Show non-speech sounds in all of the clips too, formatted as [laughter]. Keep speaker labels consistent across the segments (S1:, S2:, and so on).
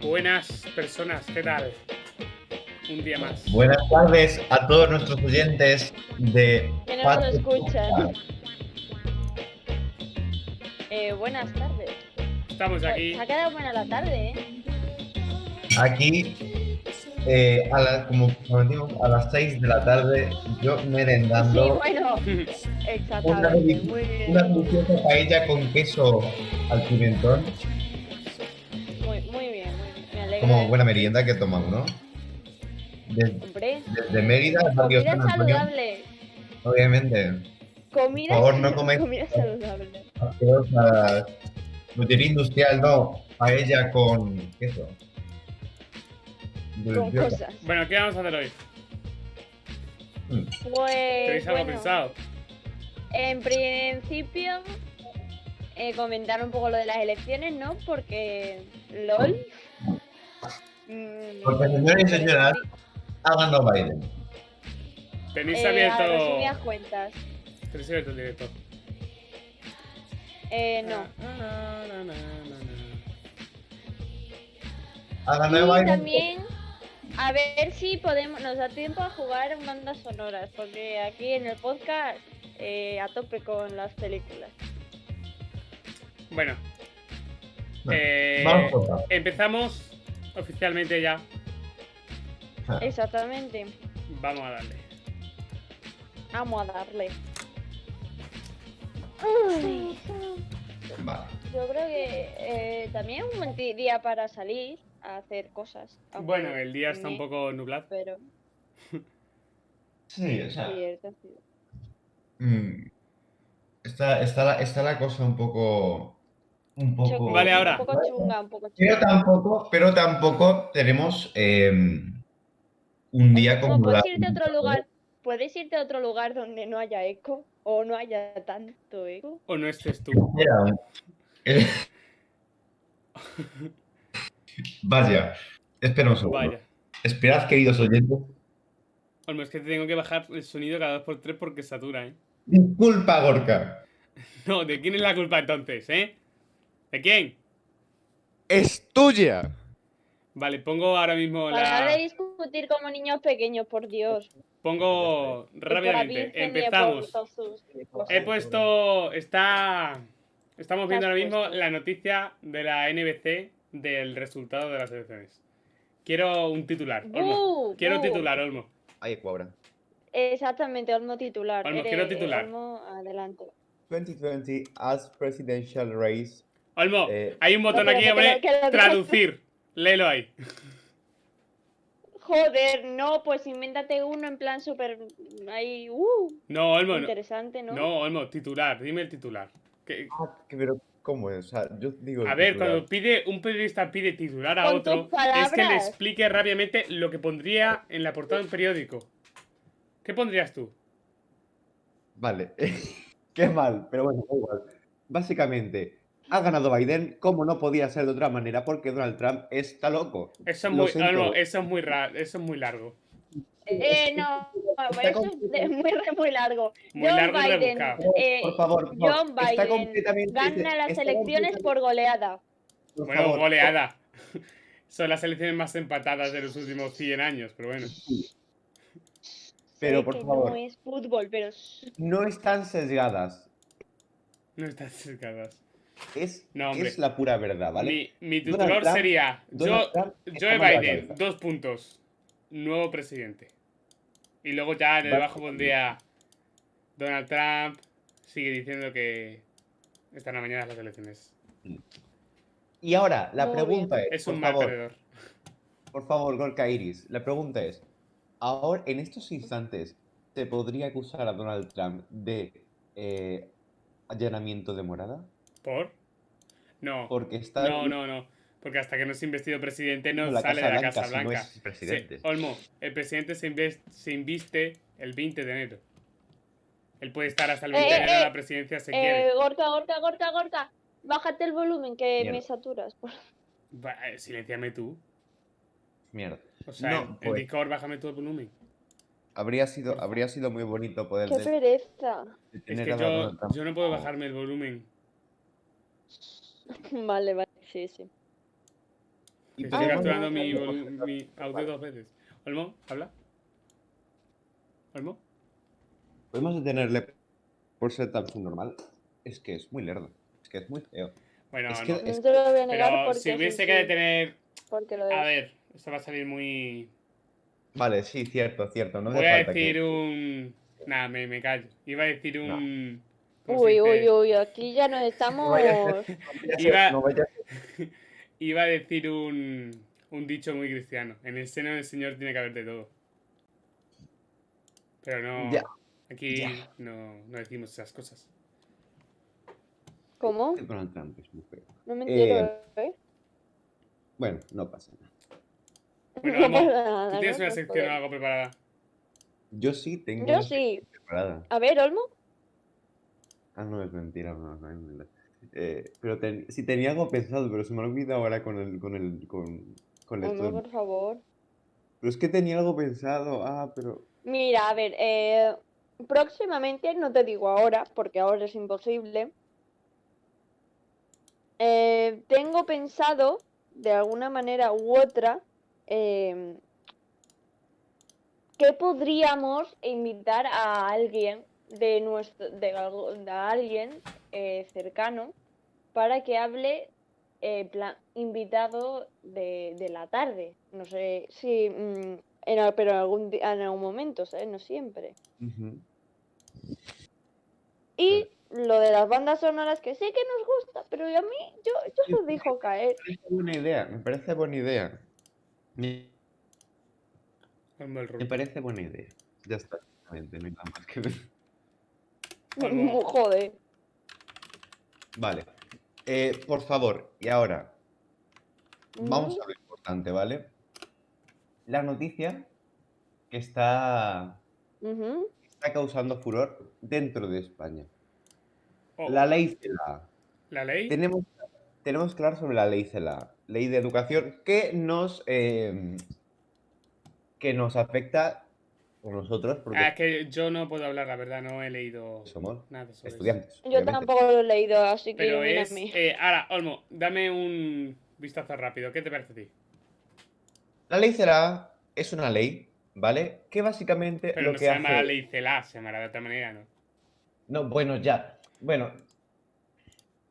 S1: Buenas personas, ¿qué tal? Un día más.
S2: Buenas tardes a todos nuestros oyentes de
S3: Que no nos
S2: Patio
S3: escuchan.
S2: Podcast.
S3: Eh, buenas tardes.
S1: Estamos aquí.
S3: Se ha quedado buena la tarde, ¿eh?
S2: Aquí, eh, a la- como prometimos, a las 6 de la tarde, yo
S3: Sí,
S2: merendando
S3: bueno,
S2: una,
S3: exactamente.
S2: deli-
S3: Muy
S2: una
S3: bien.
S2: deliciosa paella con queso al pimentón,
S3: Muy, muy bien, muy bien. Me alegra.
S2: como buena merienda que tomamos, ¿no? Desde,
S3: Hombre,
S2: desde Mérida, al barrio
S3: comida
S2: San Antonio,
S3: saludable.
S2: obviamente.
S3: Comida,
S2: Por favor, no comáis-
S3: comida saludable.
S2: asquerosas, Frutería industrial, no, paella con queso.
S3: Con
S2: Deliciosa.
S3: cosas.
S1: [laughs] Bueno, ¿qué vamos a hacer hoy?
S3: Eh,
S2: Mm.
S1: ¿Tenéis
S3: Pues,
S1: algo
S3: bueno,
S1: pensado?
S3: en principio, eh, comentar un poco lo de las elecciones, ¿no? Porque, lol. Mm,
S2: Porque, señores y señoras, ha ganado Biden.
S1: ¿Tenéis
S3: eh, a resumidas
S1: abierto,
S3: cuentas.
S1: ¿tenéis abierto el directo?
S3: Eh, no.
S1: Na, na, na, na, na, na.
S2: Ha ganado
S3: Y
S2: Biden.
S3: también a ver si podemos, nos da tiempo a jugar bandas sonoras, porque aquí en el podcast eh, a tope con las películas.
S1: [laughs] Bueno.
S2: Bueno,
S1: eh,
S2: Vamos por partes.
S1: empezamos oficialmente ya.
S3: Exactamente.
S1: Vamos a darle.
S3: Vamos a darle. Ay,
S2: Vale.
S3: yo creo que eh, también es un buen día para salir a hacer cosas. aunque
S1: Bueno, el día está un
S3: me-
S1: poco nublado.
S3: Pero
S2: Sí, o sea.
S3: cierto, sí.
S2: mm, está, está, la, está la cosa un poco. Un poco.
S3: Choco-
S1: Vale, ahora.
S3: Un poco chunga, un poco
S2: Pero
S3: chunga.
S2: tampoco, pero tampoco tenemos eh, un día
S3: No,
S2: con
S3: puedes irte a otro lugar. Puedes irte a otro lugar donde no haya eco o no haya tanto eco.
S1: O no estés tú.
S2: Espera. Eh, Vaya. Espera un segundo.
S1: Vaya.
S2: Esperad, queridos oyentes.
S1: Olmo, es que tengo que bajar el sonido cada 2x3 porque satura, ¿eh? [laughs]
S2: Disculpa, Gorka.
S1: No, ¿de quién es la culpa entonces, eh? ¿De quién?
S4: es tuya.
S1: Vale, pongo ahora mismo
S3: Para de
S1: la...
S3: discutir como niños pequeños, por Dios.
S1: Pongo
S3: Y por la
S1: rápidamente.
S3: Virgen de
S1: Empezamos.
S3: por Jesús.
S1: He puesto... Está... Estamos viendo
S3: Has
S1: ahora mismo
S3: puesto.
S1: la noticia de la NBC del resultado de las elecciones. Quiero un titular,
S3: Uh,
S1: Olmo.
S3: Bu,
S1: Quiero
S3: bu.
S1: titular, Olmo.
S4: Ahí, Cuabra.
S3: Exactamente, Olmo titular.
S1: Olmo,
S3: Eres-
S1: quiero titular.
S3: Olmo, adelante.
S4: 2020 as presidential race.
S1: Olmo,
S4: Eh,
S1: hay un botón
S3: No, pero
S1: aquí,
S3: que lo-
S1: hombre.
S3: que lo digas tú.
S1: Traducir. Léelo ahí.
S3: Joder, no, pues invéntate uno en plan súper. Ahí, uh,
S1: No, Olmo, no.
S3: interesante, ¿no?
S1: No, Olmo, titular. Dime el titular. Que-
S4: Ah, que- pero ¿cómo es? O sea, yo digo.
S1: A ver, cuando pide un periodista pide titular a
S3: Con
S1: otro,
S3: tus
S1: es que le
S3: palabras.
S1: explique rápidamente lo que pondría en la portada de un periódico. ¿Qué pondrías tú?
S4: Vale. [laughs] Qué mal, pero bueno, da igual. Básicamente, ha ganado Biden como no podía ser de otra manera porque Donald Trump está loco.
S1: Eso es
S4: Lo
S1: muy,
S4: siento.
S1: ah, no, eso es muy ra- eso es muy largo.
S3: Eh, no, eso es de- muy, muy largo.
S1: Muy
S3: John
S1: largo y
S3: Biden,
S1: rebuscado.
S3: eh,
S4: por favor, por favor,
S3: John
S4: está
S3: Biden
S4: completamente-
S3: gana las
S4: está
S3: elecciones por goleada.
S4: Por
S1: Bueno,
S4: favor.
S1: goleada. [laughs] Son las elecciones más empatadas de los últimos 100 años, pero bueno.
S4: Pero
S3: Sé
S4: por
S3: que No
S4: favor,
S3: es fútbol, pero shh,
S4: no están sesgadas.
S1: No están cercadas.
S4: Es,
S1: No, hombre.
S4: es la pura verdad, ¿vale?
S1: Mi, mi
S4: Donald
S1: titular
S4: Trump-
S1: sería
S4: Donald
S1: yo,
S4: Trump está
S1: Joe
S4: mal de la
S1: Biden,
S4: cabeza.
S1: dos puntos. Nuevo presidente. Y luego ya en el
S4: Vale.
S1: bajo pondría Donald Trump. Sigue diciendo que están mañana las elecciones.
S4: Y ahora, la
S3: Muy
S4: pregunta es,
S1: Es
S4: por
S1: un mal
S4: favor,
S1: perdedor.
S4: por favor, Gorka Iris, la pregunta es, ahora, en estos instantes, ¿se podría acusar a Donald Trump de eh, allanamiento de morada?
S1: ¿Por? No.
S4: Porque está
S1: No, no, no. Porque hasta que no es investido presidente no
S4: en la
S1: sale
S4: Casa
S1: de la
S4: Blanca,
S1: Casa
S4: si
S1: Blanca.
S4: no es presidente.
S1: Se- Olmo, el presidente se, inves- se inviste el 20 de enero. Él puede estar hasta el 20 de
S3: Eh, eh,
S1: enero en
S3: eh,
S1: la presidencia si
S3: eh,
S1: quiere.
S3: Gorka, Gorka, Gorka, Gorka. Bájate el volumen que me
S4: Mierda.
S3: saturas.
S1: Va, eh, silénciame tú.
S4: Mierda.
S1: O sea,
S4: No,
S1: en- en,
S4: pues.
S1: Discord bájame todo el volumen.
S4: Habría sido, habría sido muy bonito poder
S3: Qué
S4: de-
S3: pereza.
S1: Es
S4: detener
S1: que
S4: a
S1: yo,
S4: Donald Trump.
S1: yo no puedo bajarme el volumen.
S3: Vale, vale, sí, sí.
S1: Que
S4: Y
S1: estoy
S4: Ah, podemos-
S1: capturando mi, volu- mi audio dos veces. Olmo, habla. Olmo.
S4: Podemos detenerle por ser tan subnormal. Es que es muy lerdo. Es que es muy feo.
S1: Bueno,
S4: Es que-
S1: no.
S3: No te lo voy a negar
S1: Pero
S3: porque.
S1: si
S3: sí,
S1: hubiese
S3: sí,
S1: que detener.
S3: Porque lo es.
S1: A ver, esto va a salir muy.
S4: Vale, sí, cierto, cierto. No hace
S1: Voy a
S4: falta que-
S1: decir un. Nada, me, me callo. Iba a decir un. ¿cómo se
S3: Uy, uy,
S1: dice?
S3: uy, aquí ya nos estamos.
S4: Ya sé,
S1: Iba-
S4: no vaya-
S1: Iba a decir un. Un dicho muy cristiano. En el seno del Señor tiene que haber de todo. Pero no.
S4: Ya,
S1: aquí
S4: ya.
S1: No, no decimos esas
S3: [laughs]
S1: cosas.
S3: ¿Cómo?
S4: Donald Trump es muy feo.
S3: No me entero, ¿eh?
S4: Bueno, no pasa nada.
S1: Bueno,
S3: no
S1: Olmo,
S3: pasa nada,
S1: ¿Tú tienes
S3: ¿no?
S1: una
S3: Pues,
S1: sección o
S3: joder.
S1: algo preparada?
S4: Yo sí tengo
S3: Yo
S4: una
S3: sí.
S4: preparada.
S3: A ver, Olmo.
S4: Ah, no, es mentira, no, no es mentira. Eh, pero ten- sí tenía algo pensado, pero se me ha olvidado ahora con el, con el, con, con el
S3: Olmo,
S4: tono.
S3: por favor.
S4: Pero es que tenía algo pensado, ah, pero
S3: Mira, a ver, eh, próximamente, no te digo ahora, porque ahora es imposible. eh, tengo pensado, de alguna manera u otra, eh, que podríamos invitar a alguien de nuestro, de, algo- de alguien eh, cercano para que hable eh, pla- invitado de, de la tarde. No sé si, mm, en al- pero en algún, di- en algún momento, ¿sabes? No siempre.
S4: ujú,
S3: Y lo de las bandas sonoras que sé que nos gusta, pero a mí yo, yo lo dejo caer.
S4: me parece buena idea, me parece buena idea. Me,
S1: Olmo el
S4: me
S1: rubio.
S4: parece buena idea. Ya está, exactamente, no hay nada más que ver. [laughs]
S3: [laughs]
S1: Olmo.
S3: Joder.
S4: Vale. Eh, por favor, y ahora, Vamos
S3: Mm,
S4: a lo importante, ¿vale? La noticia que está,
S3: ujú.
S4: está causando furor dentro de España.
S1: Oh,
S4: La ley CELA.
S1: ¿La ley?
S4: Tenemos, tenemos que hablar sobre la ley CELA, ley de educación, que nos, eh, que nos afecta a nosotros porque
S1: Ah, es que yo no puedo hablar, la verdad, no he leído
S4: somos
S1: nada sobre eso.
S4: estudiantes.
S3: Yo
S4: obviamente.
S3: tampoco lo he leído, así que
S1: Pero es.
S3: ilumíname.
S1: eh, ahora, Olmo, dame un vistazo rápido. ¿Qué te parece a ti?
S4: La ley CELA es una ley, ¿vale? Que básicamente
S1: Pero no
S4: lo que
S1: se llama
S4: hace...
S1: ley CELA, E se llamará de otra manera, ¿no?
S4: No, bueno, ya. Bueno,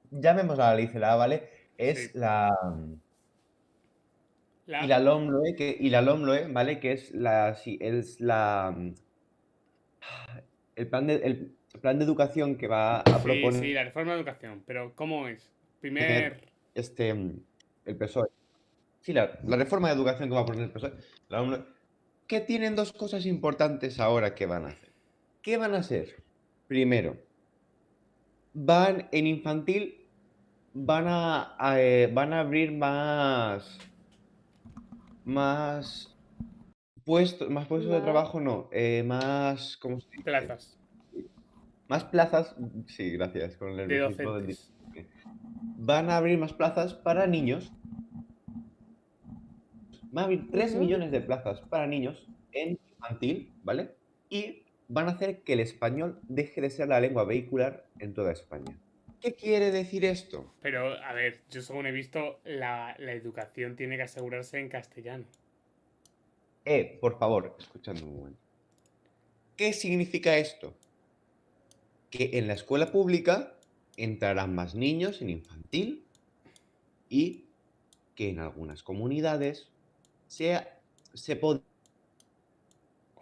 S4: llamémosla la ley CELA, ¿vale? Es
S1: Sí.
S4: la.
S1: La,
S4: Y la LOMLOE, eh, que, y la LOMLOE, ¿vale? Que es la. sí, es la. ah, El plan de, el plan de educación que va a
S1: sí,
S4: proponer
S1: sí, la reforma de educación. Pero, ¿cómo es? Primer.
S4: este, el PSOE. E. Sí, la, la reforma de educación que va a poner el PSOE. E, la LOMLOE, que tienen dos cosas importantes ahora que van a hacer. ¿Qué van a hacer? Primero, van en infantil, van a, a, eh, van a abrir más, más puestos, más puestos de
S3: Más-
S4: trabajo, no, eh, más, ¿cómo se dice?
S1: Plazas.
S4: Más plazas, sí, gracias, con el
S1: De
S4: nerviosismo del
S1: docentes.
S4: van a abrir más plazas para niños. Van a abrir 3
S3: Ujú.
S4: millones de plazas para niños en infantil, ¿vale? Y van a hacer que el español deje de ser la lengua vehicular en toda España. ¿Qué quiere decir esto?
S1: Pero, a ver, yo según he visto, la, la educación tiene que asegurarse en castellano.
S4: Eh, por favor, escuchando un momento. ¿Qué significa esto? Que en la escuela pública entrarán más niños en infantil y que en algunas comunidades sea, se podrán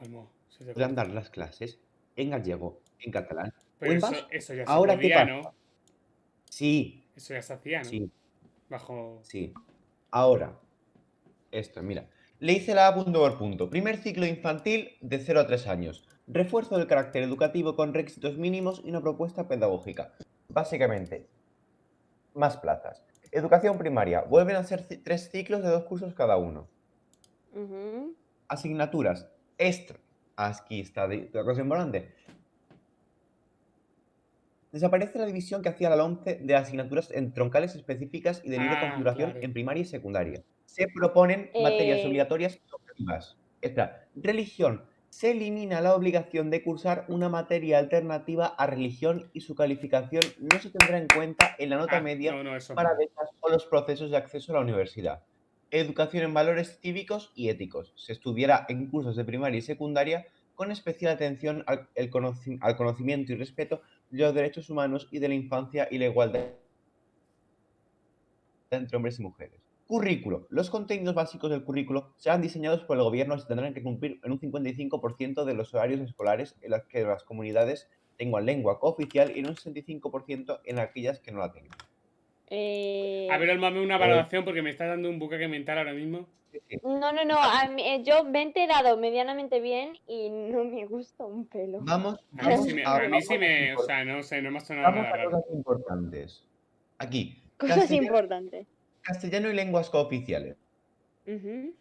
S1: Olmo, se te corta.
S4: dar las clases en gallego, en catalán.
S1: Pero
S4: en
S1: eso,
S4: vasco.
S1: eso ya se
S4: Ahora, ¿qué
S1: podía,
S4: pasa?
S1: ¿no?
S4: Sí,
S1: Eso ya se hacía, ¿no?
S4: sí,
S1: Bajo.
S4: sí. Ahora, esto, mira. Le hice la A.org. punto. Primer ciclo infantil de 0 a 3 años. Refuerzo del carácter educativo con requisitos mínimos y una propuesta pedagógica. Básicamente, más plazas. Educación primaria. Vuelven a ser ci- tres ciclos de dos cursos cada uno.
S3: Ujú.
S4: Asignaturas. Extra. Aquí está de- la cosa importante. Desaparece la división que hacía la LOMCE de asignaturas en troncales específicas y de libre
S1: Ah,
S4: configuración
S1: claro.
S4: en primaria y secundaria. Se proponen materias
S3: Eh.
S4: obligatorias y optativas. Espera, religión. Se elimina la obligación de cursar una materia alternativa a religión y su calificación no se tendrá en cuenta en la nota
S1: Ah,
S4: media
S1: no, no, eso.
S4: para becas o los procesos de acceso a la universidad. educación en valores cívicos y éticos. Se estudiará en cursos de primaria y secundaria con especial atención al, el conoci- al conocimiento y respeto de los derechos humanos y de la infancia y la igualdad entre hombres y mujeres. Currículo. Los contenidos básicos del currículo serán diseñados por el gobierno y se tendrán que cumplir en un 55% de los horarios escolares en las que las comunidades tengan lengua cooficial y en un 65% en aquellas que no la tengan.
S3: Eh,
S1: A ver, Olma, hazme una
S4: Eh.
S1: valoración porque me está dando un bucaque mental ahora mismo.
S3: No, no, no. a mí- eh, yo me he enterado medianamente bien y no me gusta un pelo.
S4: Vamos,
S1: A mí
S4: vamos
S1: sí me.
S4: a-
S1: A mí sí
S4: vamos
S1: me
S4: a-
S1: o sea, no sé, no me ha sonado
S4: Vamos
S1: nada
S4: a
S1: raro.
S4: cosas importantes. Aquí.
S3: [laughs] Cosas
S4: Castellano-
S3: importantes.
S4: Castellano y lenguas cooficiales.
S3: Ujú.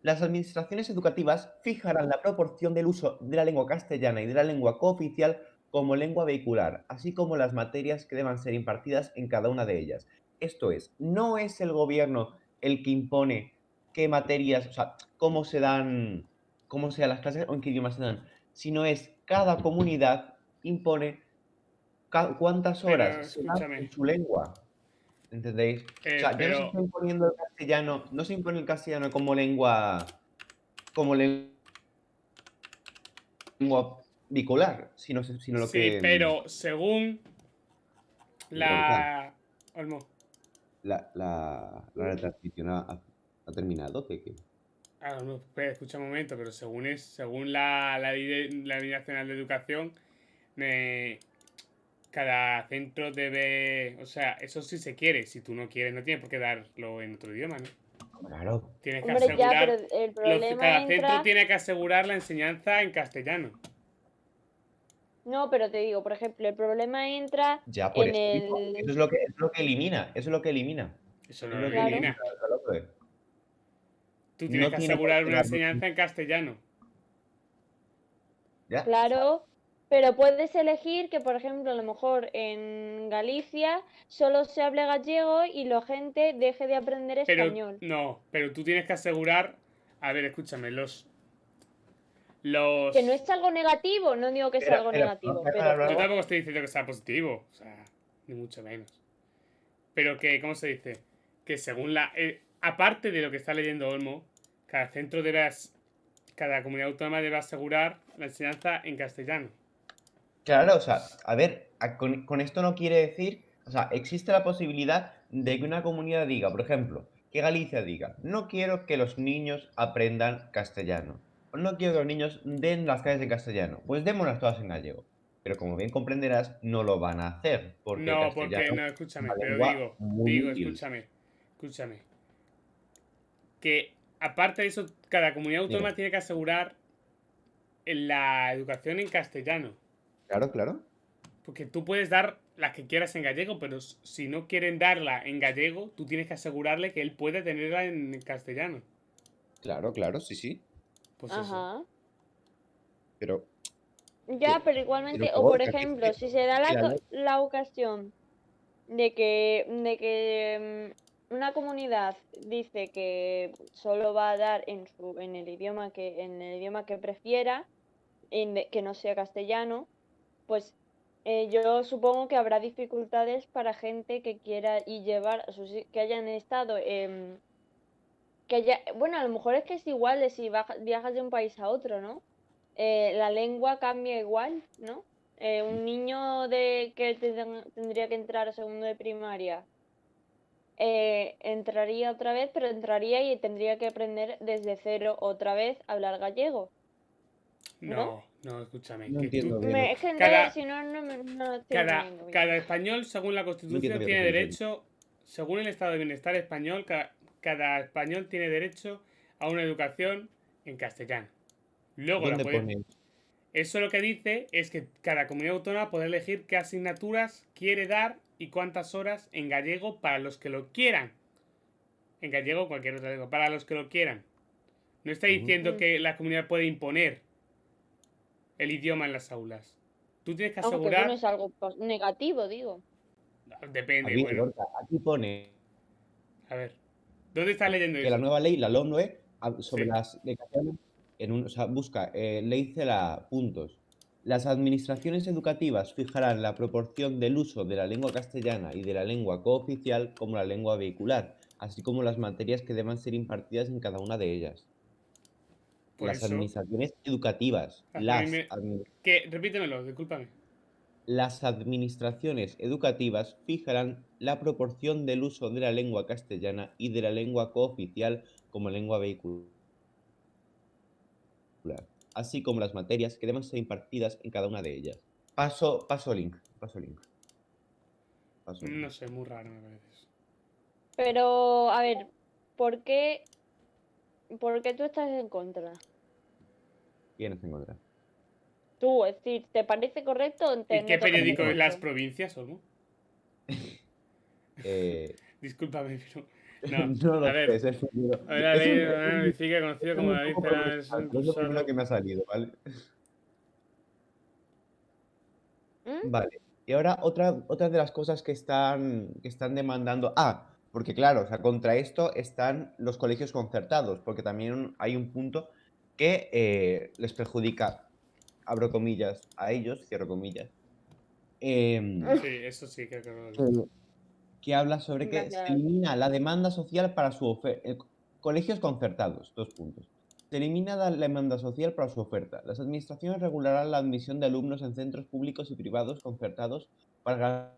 S4: Las administraciones educativas fijarán la proporción del uso de la lengua castellana y de la lengua cooficial como lengua vehicular, así como las materias que deban ser impartidas en cada una de ellas. Esto es, no es el gobierno el que impone qué materias, o sea, cómo se dan, cómo se dan las clases o en qué idioma se dan, sino es cada comunidad impone ca- cuántas
S1: Pero,
S4: horas se dan
S1: escúchame.
S4: en su lengua. ¿Entendéis?
S1: Eh,
S4: O sea, ya no se
S1: pero
S4: está imponiendo el castellano, no se impone el castellano como lengua, como len- lengua bicolar, sino, sino lo
S1: sí,
S4: que
S1: pero según la. Olmo,
S4: la, la, la retransmisión ha, ha- ha terminado. que- que-
S1: ah, Olmo, espera, escucha un momento, pero según es, según la, la, ley, de- la Ley Nacional de Educación, eh, cada centro debe. O sea, eso sí se quiere. Si tú no quieres, no tienes por qué darlo en otro idioma, ¿no?
S4: Claro,
S1: Tienes que
S3: Hombre, ya,
S1: asegurar.
S3: pero el
S1: los-
S3: problema
S1: cada centro
S3: entra...
S1: tiene que asegurar la enseñanza en castellano.
S3: No, pero te digo, por ejemplo, el problema entra...
S4: ya por
S3: En
S4: eso, digo,
S3: el-
S4: eso es lo que eso es lo que elimina, eso es lo que elimina.
S1: Eso
S4: Yo
S1: no lo
S4: creo que
S1: elimina.
S4: Claro, pues.
S1: Tú tienes
S4: No
S1: que
S4: tiene por
S1: asegurar
S4: qué
S1: una
S4: dar-
S1: enseñanza en castellano.
S4: Ya.
S3: Claro, pero puedes elegir que, por ejemplo, a lo mejor en Galicia solo se hable gallego y la gente deje de aprender
S1: Pero
S3: español.
S1: no, pero tú tienes que asegurar. A ver, escúchame, los. Los.
S3: Que no es algo negativo, no digo que sea
S4: Espera,
S3: algo
S4: espera,
S3: negativo,
S4: vamos a
S3: pero
S4: hablar-
S1: Yo tampoco estoy diciendo que sea positivo. O sea, ni mucho menos. Pero que, ¿cómo se dice? Que según la. eh, aparte de lo que está leyendo Olmo, cada centro debe. as- Cada comunidad autónoma debe asegurar la enseñanza en castellano.
S4: Claro, o sea, a ver, a- con, con esto no quiere decir, o sea, existe la posibilidad de que una comunidad diga, por ejemplo, que Galicia diga, no quiero que los niños aprendan castellano, o no quiero que los niños den las clases en castellano, pues démoslas todas en gallego. Pero como bien comprenderás, no lo van a hacer, porque el
S1: no, porque
S4: castellano
S1: no, escúchame,
S4: una
S1: pero
S4: lengua
S1: digo,
S4: muy
S1: digo,
S4: útil.
S1: escúchame, escúchame. Que aparte de eso, cada comunidad autónoma
S4: Dime.
S1: tiene que asegurar la educación en castellano.
S4: Claro, claro.
S1: Porque tú puedes dar las que quieras en gallego, pero s- si no quieren darla en gallego, tú tienes que asegurarle que él puede tenerla en castellano.
S4: Claro, claro, sí, sí.
S1: Pues eso.
S3: Ajá.
S4: Pero
S3: Ya, pero igualmente,
S4: que
S3: o
S4: voy,
S3: por
S4: que aquí
S3: ejemplo,
S4: estoy-
S3: si se da
S4: la
S3: la,
S4: ley.
S3: co- la ocasión de que, de que mm, una comunidad dice que solo va a dar en su, en el idioma que, en el idioma que prefiera, en de- que no sea castellano, pues eh, yo supongo que habrá dificultades para gente que quiera y llevar a sus hi- que hayan estado em, que haya, bueno, a lo mejor es que es igual de si baja- viajas de un país a otro, ¿no? Eh, la lengua cambia igual, ¿no? Eh, un niño de que ten- tendría que entrar a segundo de primaria eh, entraría otra vez, pero entraría y tendría que aprender desde cero otra vez a hablar gallego.
S1: No, no, escúchame.
S4: No
S1: que tú-
S4: entiendo bien.
S3: Me- es que no-
S1: Cada-
S3: si no, no, me- no estoy
S1: Cada,
S3: entendiendo bien.
S1: cada español, según la Constitución,
S4: entiendo bien,
S1: tiene
S4: no entiendo.
S1: derecho, según el estado de bienestar español, ca- cada, español tiene derecho a una educación en castellano. Luego la
S4: ¿dónde
S1: puede-
S4: pone?
S1: Eso lo que dice es que cada comunidad autónoma podrá elegir qué asignaturas quiere dar y cuántas horas en gallego para los que lo quieran. En gallego o cualquier otra lengua, para los que lo quieran. No está
S4: Ujú.
S1: diciendo
S3: Mm.
S1: que la comunidad puede imponer el idioma en las aulas. Tú tienes que
S3: Aunque eso
S1: asegurar...
S3: no es algo pos- negativo, digo.
S1: Depende,
S4: Aquí,
S1: bueno.
S4: Gorka, aquí pone
S1: A ver. ¿Dónde estás leyendo
S4: que la
S1: eso?
S4: nueva ley, la LOMNOE, hab- sobre
S1: Sí.
S4: las de castellano, en un, o sea, busca, eh, ley CELA, puntos. Las administraciones educativas fijarán la proporción del uso de la lengua castellana y de la lengua cooficial como la lengua vehicular, así como las materias que deban ser impartidas en cada una de ellas.
S1: Por
S4: las
S1: eso-
S4: administraciones educativas.
S1: A mí
S4: Las,
S1: me-
S4: admi-
S1: Que, repítemelo, discúlpame.
S4: las administraciones educativas fijarán la proporción del uso de la lengua castellana y de la lengua cooficial como lengua vehicular, así como las materias que deban ser impartidas en cada una de ellas. Paso, paso link, paso link. Paso link.
S1: No sé, muy raro me parece. eso.
S3: Pero, a ver, ¿por qué, ¿por qué tú estás en contra?
S4: ¿Quién se encuentra?
S3: Tú, es decir, ¿te parece correcto? o te-
S1: ¿Y
S3: Eh, no
S1: qué
S3: te parece
S1: periódico es Las
S3: correcto?
S1: Provincias, Olmo?
S4: Eh,
S1: Discúlpame,
S4: [laughs]
S1: pero.
S4: no,
S1: [laughs] No,
S4: lo
S1: a ver.
S4: sé, es el primero.
S1: A ver, a
S4: Es un-
S1: ver,
S4: es
S1: a
S4: un-
S1: ver, sí que conocido
S4: es
S1: como
S4: un
S1: David
S4: poco
S1: Fernández,
S4: paradoxal,
S1: un
S4: pero es lo
S1: cursor-
S4: primero que me ha salido, ¿vale?
S3: ¿Mm?
S4: Vale. Y ahora otra, otra de las cosas que están, que están demandando. Ah, porque claro, o sea, contra esto están los colegios concertados, porque también hay un punto que eh, les perjudica, abro comillas, a ellos, cierro comillas, em,
S1: Sí, eso sí, creo que lo
S4: que habla sobre que se
S3: Gracias.
S4: elimina la demanda social para su oferta. Colegios concertados, dos puntos. Se elimina la demanda social para su oferta. Las administraciones regularán la admisión de alumnos en centros públicos y privados concertados para gar-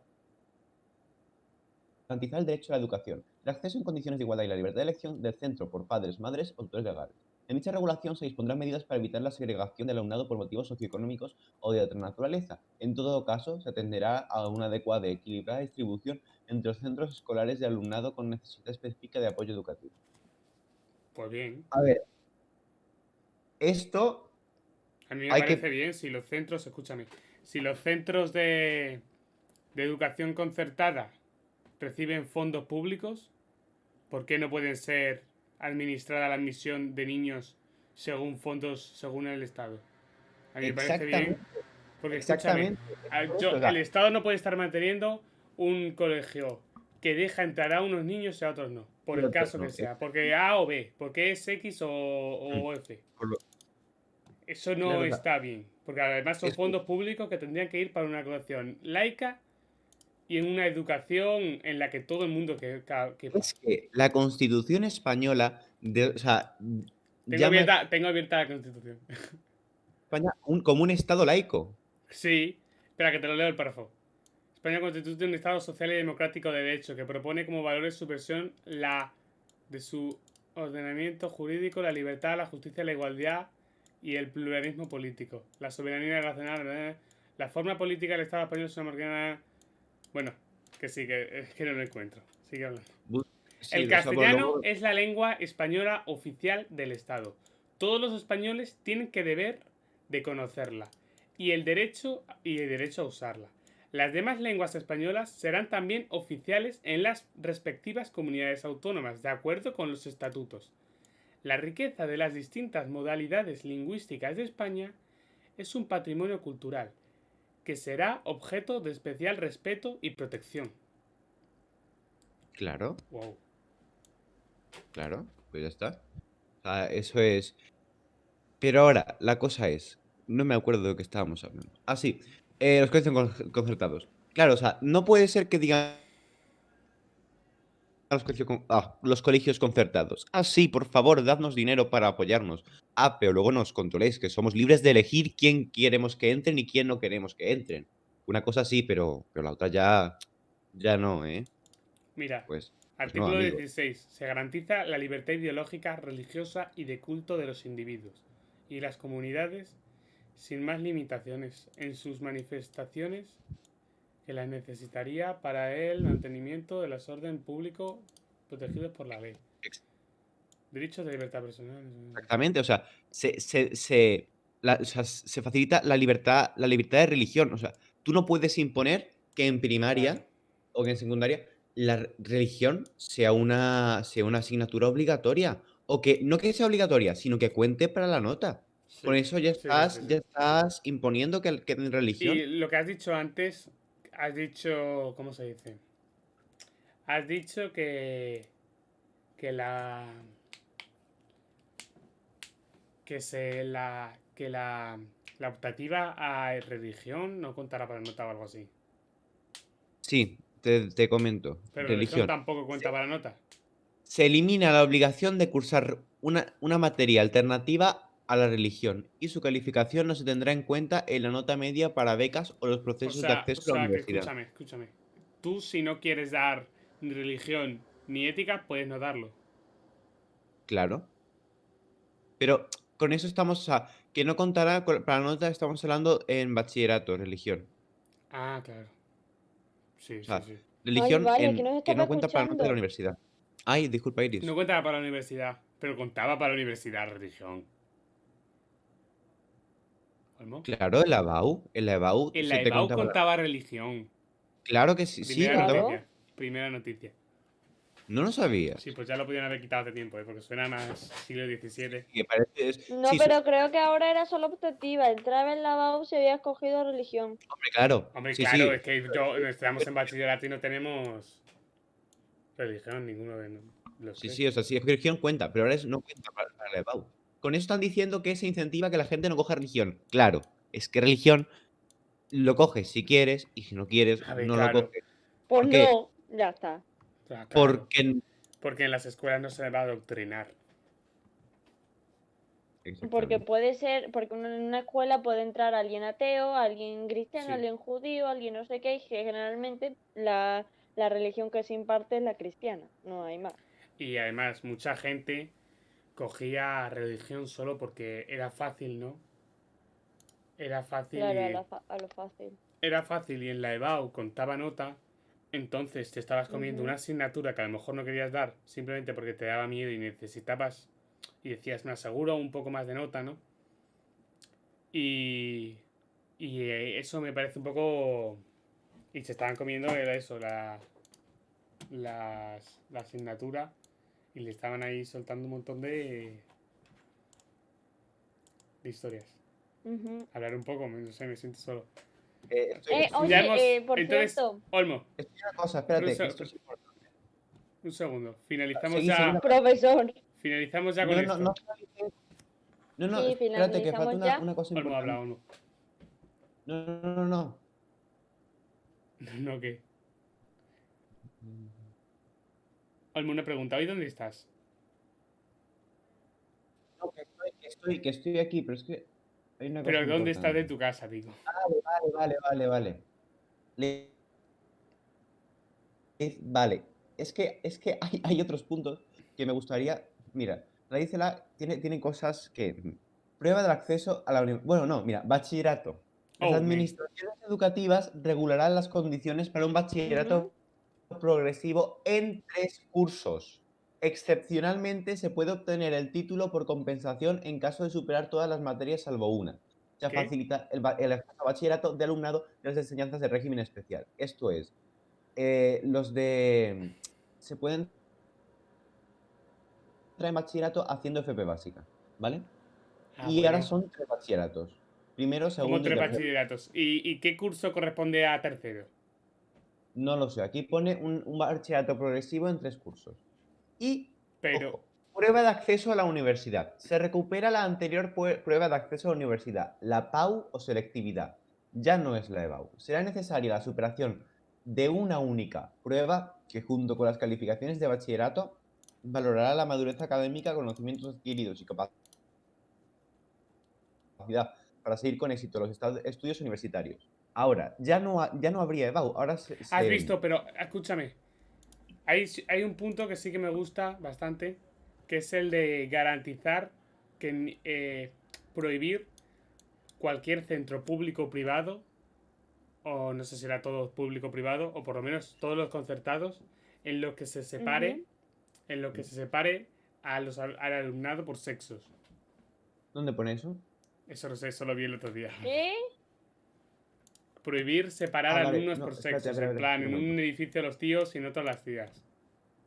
S4: garantizar el derecho a la educación, el acceso en condiciones de igualdad y la libertad de elección del centro por padres, madres o tutores legales. En dicha regulación se dispondrán medidas para evitar la segregación del alumnado por motivos socioeconómicos o de otra naturaleza. En todo caso, se atenderá a una adecuada y equilibrada distribución entre los centros escolares de alumnado con necesidad específica de apoyo educativo.
S1: Pues bien.
S4: A ver, esto,
S1: A mí me
S4: Hay que-
S1: parece bien si los centros, escúchame, si los centros de, de educación concertada reciben fondos públicos, ¿por qué no pueden ser administrada la admisión de niños según fondos, según el Estado? A mí me parece bien.
S4: Exactamente,
S1: Porque escúchame,
S4: exactamente,
S1: a-
S4: por
S1: Ah, yo-
S4: eso, o sea,
S1: el Estado no puede estar manteniendo un colegio que deja entrar a unos niños y a otros no, por el
S4: Pero, pero,
S1: caso
S4: no,
S1: que
S4: es-
S1: sea, porque A o B, porque es X o, o F.
S4: Mm. por lo-
S1: Eso
S4: Claro,
S1: no
S4: o sea,
S1: está bien, porque además son
S4: es-
S1: fondos públicos que tendrían que ir para una educación laica y en una educación en la que todo el mundo que, ca- que-
S4: es que la Constitución española, de- o sea,
S1: tengo,
S4: llama a
S1: abierta, tengo abierta la Constitución.
S4: España un- como un Estado laico.
S1: Sí, espera que te lo leo el párrafo. España constituye un Estado social y democrático de derecho que propone como valores su versión la de su ordenamiento jurídico, la libertad, la justicia, la igualdad y el pluralismo político, la soberanía nacional, eh, la forma política del Estado español sudamericana. Bueno, que sí, que, es que no lo encuentro. Sigue hablando.
S4: Sí,
S1: El
S4: o sea, por lo
S1: castellano
S4: menos-
S1: es la lengua española oficial del Estado. Todos los españoles tienen que deber de conocerla y el derecho y el derecho a usarla. Las demás lenguas españolas serán también oficiales en las respectivas comunidades autónomas, de acuerdo con los estatutos. La riqueza de las distintas modalidades lingüísticas de España es un patrimonio cultural que será objeto de especial respeto y protección.
S4: Claro,
S1: Wow.
S4: claro, pues ya está. O sea, eso es. Pero ahora, la cosa es, no me acuerdo de lo que estábamos hablando. Ah, sí, eh, los colegios con- concertados. Claro, o sea, no puede ser que digan a los colegios, con- ah, los colegios concertados. Ah, sí, por favor, dadnos dinero para apoyarnos. Ah, pero luego nos controléis, que somos libres de elegir quién queremos que entren y quién no queremos que entren. Una cosa sí, pero, pero la otra ya, ya no, ¿eh?
S1: Mira,
S4: Pues
S1: Artículo
S4: amigo.
S1: 16. Se garantiza la libertad ideológica, religiosa y de culto de los individuos y las comunidades sin más limitaciones en sus manifestaciones que las necesitaría para el mantenimiento de las orden público protegidos por la ley.
S4: Ex-
S1: Derechos de libertad personal.
S4: Exactamente, o sea, se, se- se- la- o sea, s- se facilita la libertad, la libertad de religión. O sea, tú no puedes imponer que en primaria
S1: Claro.
S4: o que en secundaria la re- religión sea una, sea una asignatura obligatoria. O que no que sea obligatoria, sino que cuente para la nota.
S1: Sí.
S4: Con eso ya
S1: sí,
S4: estás,
S1: sí, sí.
S4: ya estás imponiendo que, que en religión.
S1: Y lo que has dicho antes, has dicho, ¿cómo se dice? Has dicho que que la que se la que la la optativa a religión no contará para nota o algo así.
S4: Sí, te, te comento.
S1: Pero religión
S4: religión.
S1: tampoco cuenta para nota.
S4: Se elimina la obligación de cursar una, una materia alternativa a la religión y su calificación no se tendrá en cuenta en la nota media para becas o los
S1: O
S4: procesos
S1: sea,
S4: de
S1: o
S4: acceso
S1: sea,
S4: a la
S1: que
S4: universidad.
S1: escúchame, escúchame. Tú, si no quieres dar ni religión ni ética, puedes no darlo.
S4: Claro. Pero con eso estamos, o sea, que no contará, con- para la nota estamos hablando en bachillerato, religión.
S1: Ah, claro. Sí, sí,
S4: Ah.
S1: sí.
S4: Religión
S3: vaya,
S4: en-
S3: que nos
S4: que
S3: estaba
S4: no cuenta para la nota de la
S3: escuchando.
S4: universidad. Ay, disculpa, Iris.
S1: No contaba para la universidad, pero contaba para la universidad religión. ¿Olmo?
S4: Claro, en la EBAU, en la EBAU
S1: En
S4: se
S1: la
S4: te
S1: EBAU
S4: contaba-
S1: contaba religión.
S4: Claro que sí, sí,
S1: Primera
S4: contaba-
S1: noticia. Primera noticia.
S4: No lo sabía.
S1: Sí, pues ya lo podían haber quitado hace tiempo, ¿eh? porque suena más siglo XVII.
S4: Que parece- es-
S3: No,
S4: sí, sí,
S3: pero creo que ahora era solo optativa. Entraba en la BAU si había escogido religión.
S4: hombre, claro.
S1: Hombre,
S4: sí,
S1: claro,
S4: sí.
S1: es que yo, estamos en bachillerato y no tenemos religión, ninguno de no- los
S4: Sí,
S1: tres.
S4: sí, o sea, sí, es que religión cuenta, pero ahora es- no cuenta para, para la EBAU. Con eso están diciendo que se incentiva que la gente no coja religión. Claro, es que religión lo coges si quieres y si no quieres,
S1: A ver,
S4: no
S1: claro.
S4: lo coges.
S3: Pues
S4: ¿Por qué?
S3: no, ya está.
S1: Ah, claro,
S4: Porque.
S1: Porque en las escuelas no se les va a adoctrinar.
S3: Porque puede ser, porque uno- en una escuela puede entrar alguien ateo, alguien cristiano,
S1: Sí.
S3: alguien judío, alguien no sé qué, y que generalmente la, la religión que se imparte es la cristiana, no hay más.
S1: Y además, mucha gente cogía religión solo porque era fácil, ¿no? Era fácil.
S3: Claro, a,
S1: y-
S3: la fa- a lo fácil.
S1: era fácil y en la EBAU contaba nota, entonces te estabas comiendo
S3: Ujú.
S1: una asignatura que a lo mejor no querías dar simplemente porque te daba miedo y necesitabas y decías, me aseguro un poco más de nota, ¿no? Y, y eh, eso me parece un poco... Y se estaban comiendo era eso, la, las, la asignatura y le estaban ahí soltando un montón de, de historias.
S3: Ujú.
S1: Hablar un poco, no sé, me siento solo.
S4: Eh, estoy-
S3: Eh,
S4: estoy-
S3: oye,
S1: Ya hemos-
S3: eh, por
S1: entonces-
S3: cierto,
S1: Olmo,
S4: una cosa, espérate. que
S1: Ruso-
S4: esto es importante.
S1: Un segundo, finalizamos
S4: Seguí,
S1: ya,
S4: seguí.
S3: profesor,
S1: finalizamos ya con
S4: No,
S1: esto.
S4: no, no. No, no,
S3: Sí,
S4: espérate, que falta
S3: finalizamos
S4: una,
S3: ya.
S4: una cosa
S1: Olmo, habla,
S4: importante.
S1: Olmo.
S4: No, no, no, no.
S1: [laughs] No, ¿qué? Olmo, una pregunta, ¿hoy dónde estás?
S4: No, que estoy, que estoy, que estoy aquí, pero es que hay una
S1: Pero
S4: cosa
S1: ¿dónde estás de
S4: importante.
S1: tu casa, digo?
S4: Vale, vale, vale, vale. Le- es- Vale. Es que, es que hay, [laughs] hay otros puntos que me gustaría. Mira, Radícela tiene, tiene cosas que. Prueba del acceso a la universidad. Bueno, no, mira, bachillerato. Las
S1: Oh, man.
S4: administraciones educativas regularán las condiciones para un bachillerato progresivo en tres cursos. Excepcionalmente se puede obtener el título por compensación en caso de superar todas las materias salvo una. Se
S1: ¿Qué?
S4: facilita el, ba- el acceso a bachillerato de alumnado de las enseñanzas de régimen especial. Esto es, eh, los de... Se pueden entrar en bachillerato haciendo FP básica, ¿vale?
S1: Ah,
S4: y
S1: bueno,
S4: ahora son tres bachilleratos. Primero,
S1: como
S4: segundo y
S1: tres
S4: tercero.
S1: bachilleratos. ¿Y, y qué curso corresponde a tercero?
S4: No lo sé. Aquí pone un, un bachillerato progresivo en tres cursos. Y
S1: Pero,
S4: Ojo, prueba de acceso a la universidad. Se recupera la anterior pue- prueba de acceso a la universidad, la PAU o selectividad. Ya no es la EBAU. Será necesaria la superación de una única prueba que junto con las calificaciones de bachillerato valorará la madurez académica, conocimientos adquiridos y capa- capacidad para seguir con éxito los estad- estudios universitarios. Ahora, ya no, ha- ya no habría EBAU. Ahora se-
S1: has
S4: se-
S1: visto, pero escúchame. Hay, hay un punto que sí que me gusta bastante, que es el de garantizar que ni- eh, prohibir cualquier centro público o privado, o no sé si era todo público o privado, o por lo menos todos los concertados, en los que se separe,
S3: Ujú.
S1: en los que se separe a los, al al alumnado por sexos.
S4: ¿Dónde pone eso?
S1: Eso lo sé, eso lo vi el otro día.
S3: ¿qué?
S1: Prohibir separar
S4: Ah, vale,
S1: alumnos
S4: no,
S1: por
S4: espérate,
S1: sexos,
S4: espérate,
S1: en plan, en
S4: espérate un
S1: un edificio los tíos y en otro las tías.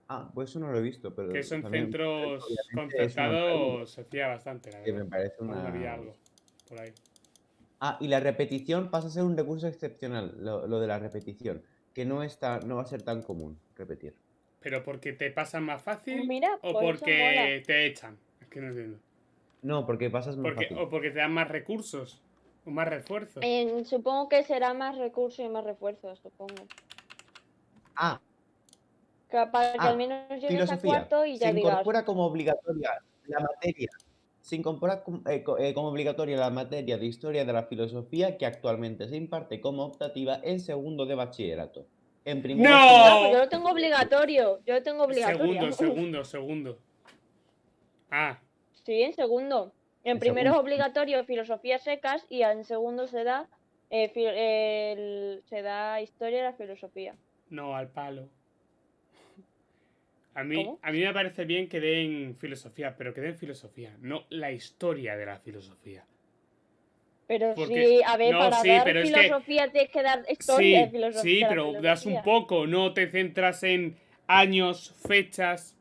S4: Ah, pues eso no lo he visto, pero...
S1: Que eso en
S4: también-
S1: centros
S4: obviamente es una prueba.
S1: concertados se hacía bastante, la
S4: Que me
S1: verdad.
S4: parece
S1: Aún
S4: una...
S1: había algo por ahí.
S4: Ah, y la repetición pasa a ser un recurso excepcional, lo, lo de la repetición, que no está, no va a ser tan común repetir.
S1: Pero porque te pasan más
S3: Pues
S1: fácil
S3: mira,
S1: o
S3: por eso mola.
S1: porque te echan. Es que no entiendo.
S4: No, porque pasas más
S1: Porque,
S4: fácil.
S1: o porque te dan más recursos o más refuerzos.
S3: Eh, supongo que será más recursos y más refuerzos, supongo.
S4: Ah,
S3: Capaz que
S4: Ah,
S3: al menos llegues a
S4: Filosofía.
S3: cuarto y ya
S4: se
S3: digas.
S4: incorpora como obligatoria la materia. Se incorpora com- eh, co- eh, como obligatoria la materia de historia de la filosofía que actualmente se imparte como optativa en segundo de bachillerato. En primero
S1: ¡No!
S3: Ah,
S4: secundaria-
S3: pues yo lo tengo obligatorio. Yo lo tengo obligatorio.
S1: Segundo,
S3: [laughs]
S1: segundo, segundo. Ah,
S3: Sí, en segundo. En
S4: En
S3: primero
S4: segundo.
S3: es obligatorio filosofía secas y en segundo se da, eh, fi- el- se da historia de la filosofía.
S1: no, al palo. A mí,
S3: ¿Cómo?
S1: a mí me parece bien que den filosofía, pero que den filosofía, no la historia de la filosofía.
S3: Pero
S1: Porque-
S3: sí, a ver,
S1: no,
S3: para
S1: sí,
S3: dar
S1: pero es que-
S3: filosofía tienes que dar historia de filosofía.
S1: sí,
S3: de la
S1: pero das un
S3: filosofía.
S1: poco, no te centras en años, fechas,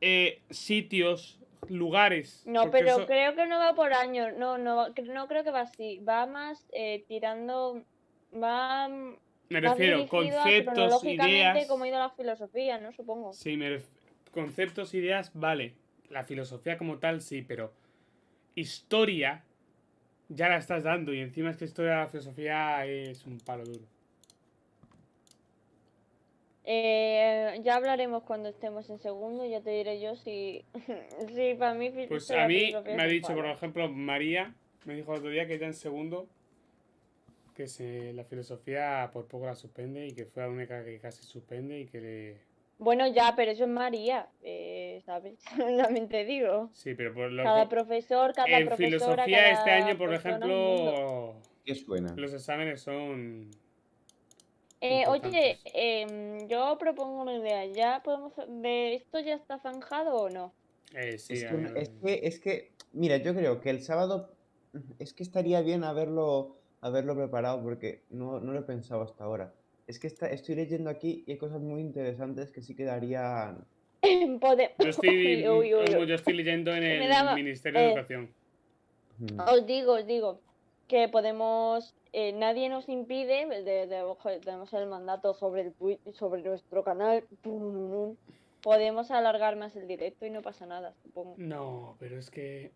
S1: eh, sitios, lugares.
S3: No,
S1: porque
S3: pero
S1: eso-
S3: creo que no va por años. No, no, va- no creo que va así. Va más eh, tirando. Va. mm,
S1: me
S3: más
S1: refiero,
S3: dirigido a
S1: conceptos,
S3: cronológicamente
S1: ideas.
S3: cómo ha ido la filosofía, ¿no? Supongo.
S1: Sí, me ref- conceptos, ideas, vale. La filosofía como tal, sí, pero historia ya la estás dando y encima es que historia de la filosofía es un palo duro.
S3: Eh, ya hablaremos cuando estemos en segundo. Ya te diré yo si. [laughs] si para mí. [laughs] fi-
S1: Pues
S3: toda
S1: a mí
S3: filosofía
S1: me ha
S3: es un
S1: dicho, por
S3: palo.
S1: ejemplo, María, me dijo el otro día que ya en segundo, que se, la filosofía por poco la suspende y que fue la única que casi suspende y que le...
S3: Bueno, ya, pero eso es María. eh, ¿Sabes? [laughs] También te digo.
S1: Sí, pero por lo
S3: Cada profesor, cada
S1: En
S3: profesora.
S1: filosofía este
S3: cada
S1: año, por
S3: persona, un mundo.
S1: ejemplo,
S4: ¿Qué suena?
S1: los exámenes son...
S3: Eh, oye,
S1: importantes.
S3: em, yo propongo una idea. ¿Ya podemos. de- ¿Esto ya está zanjado o no? [laughs]
S1: Eh, sí,
S4: es,
S1: a
S4: que,
S1: ver,
S4: es que- es que, mira, yo creo que el sábado es que estaría bien haberlo, haberlo preparado porque no, no lo he pensado hasta ahora. Es que está- estoy leyendo aquí y hay cosas muy interesantes que sí quedarían.
S3: Pode-
S1: Yo estoy,
S3: Uy, uy, uy,
S1: como
S3: uy.
S1: yo estoy leyendo en
S3: Me
S1: el
S3: daba-
S1: Ministerio de
S3: eh.
S1: Educación.
S4: Mm.
S3: Os digo, os digo, que podemos, eh, nadie nos impide, de, de- ojo, tenemos el mandato sobre, el, pu- sobre nuestro canal, pum, pum, pum. podemos alargar más el directo y no pasa nada, supongo.
S1: No, pero es que...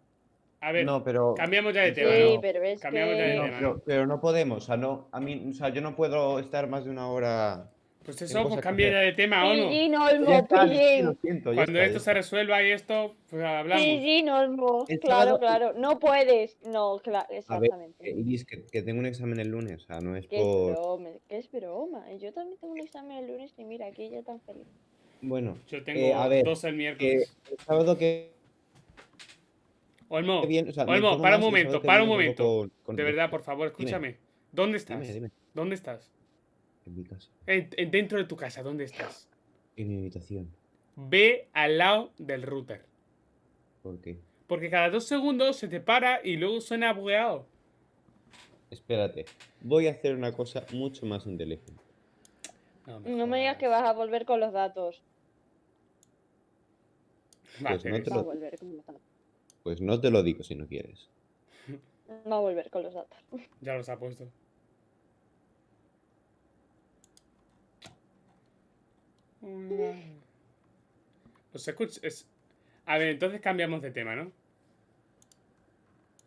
S1: A ver,
S4: no, pero.
S1: cambiamos ya de
S4: Sí,
S1: tema.
S3: sí,
S1: ¿no?
S3: pero es
S1: cambiamos de
S3: que...
S4: No,
S1: tema.
S4: pero, pero no podemos, o sea, no, a mí, o sea, yo no puedo estar más de una hora.
S1: Pues
S4: Tengo
S1: eso, pues
S4: cosas que
S1: cambia
S4: hacer.
S1: ya de tema, ¿o no?
S3: Pillín
S4: Ya
S3: Olmo,
S4: está, es que
S3: pillín.
S4: lo siento, ya
S1: Cuando
S4: está,
S1: esto
S4: ya
S1: se resuelva y esto, pues hablamos.
S3: Pillín Olmo,
S4: El
S3: claro,
S4: sábado-
S3: claro, no puedes, no, claro,
S4: Eh,
S3: exactamente.
S4: Iris, que, que tengo un examen el lunes, o sea, no es
S3: Que es
S4: por.
S3: broma, que es broma. Yo también tengo un examen el lunes y mira, aquí ya tan feliz.
S4: Bueno,
S1: Yo tengo
S4: Eh, a ver, eh,
S1: dos el
S4: que
S1: miércoles.
S4: el sábado que
S1: Olmo,
S4: que bien, o sea, me
S1: Olmo,
S4: tomo
S1: para un
S4: más el
S1: momento,
S4: sábado que
S1: para un
S4: viene
S1: momento.
S4: poco con-
S1: de verdad, por favor, escúchame. ¿Dónde estás?
S4: Dime, dime.
S1: ¿Dónde estás?
S4: En mi casa,
S1: En- en- dentro de tu casa, ¿dónde estás?
S4: en mi habitación.
S1: Ve al lado del router.
S4: ¿Por qué?
S1: Porque cada dos segundos se te para y luego suena bugueado.
S4: Espérate, voy a hacer una cosa mucho más inteligente.
S3: No me digas que vas a volver con los datos.
S1: Va a
S4: Pues
S1: hacer
S4: no
S1: eso.
S4: te
S3: Va a
S4: lo-
S3: volver con los datos.
S4: Pues no te lo digo si no quieres.
S3: Va a volver con los datos.
S1: Ya los ha puesto.
S3: Mm.
S1: Os escuch- es- A ver, entonces cambiamos de tema, ¿no?
S3: Sí,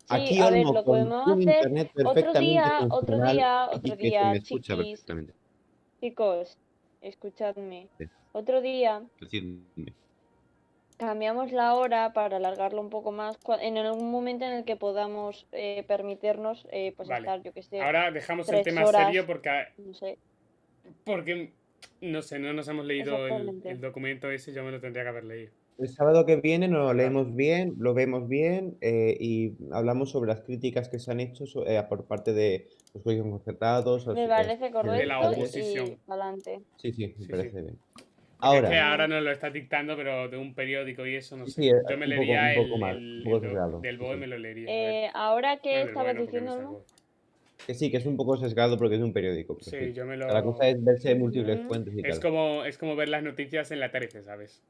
S4: Aquí
S3: a ver,
S4: Olmo con
S3: lo podemos
S4: un
S3: hacer
S4: internet
S3: otro
S4: perfectamente
S3: día, otro
S4: funcional
S3: día,
S4: y
S3: otro
S4: que se
S3: día,
S4: me escucha
S3: chiquis,
S4: perfectamente.
S3: chicos, escuchadme.
S4: Sí.
S3: Otro día
S4: Decidme.
S3: cambiamos la hora para alargarlo un poco más cua- en algún momento en el que podamos eh, permitirnos eh, pues
S1: Vale.
S3: estar, yo que sé,
S1: Ahora dejamos el
S3: Tres
S1: tema
S3: horas.
S1: serio porque,
S3: no sé.
S1: porque, no sé, no nos hemos leído el,
S3: Exactamente.
S1: el documento ese, yo me lo tendría que haber leído.
S4: El sábado que viene nos lo leemos bien, lo vemos bien eh, y hablamos sobre las críticas que se han hecho so- eh, por parte de los colegios concertados.
S3: Me
S4: así-
S3: parece correcto
S1: De la
S3: y
S1: oposición.
S3: adelante.
S4: Sí, sí, me
S1: Sí, sí.
S4: parece bien.
S1: Es que
S4: Ahora,
S1: ahora nos lo está dictando, pero de un periódico y eso, no
S4: Sí,
S1: sé.
S4: sí,
S1: yo me
S4: un poco-
S1: leería
S4: un poco
S1: el,
S4: más,
S1: el-
S4: un poco
S1: el do-
S4: sesgado,
S1: del
S4: sí,
S1: BOE,
S4: sí.
S1: me lo leería. a ver.
S3: Eh, ahora que
S1: Bueno, del
S3: estabas
S1: BOE no, porque no
S3: diciendo,
S1: está el
S3: Olmo?
S1: BOE.
S4: que sí, que es un poco sesgado porque es de un periódico. pero
S1: Sí, yo me lo...
S4: La cosa es verse múltiples
S3: Ujú.
S4: fuentes y
S1: Es
S4: [laughs] tal.
S1: como, es como ver las noticias en la tarde, ¿sabes?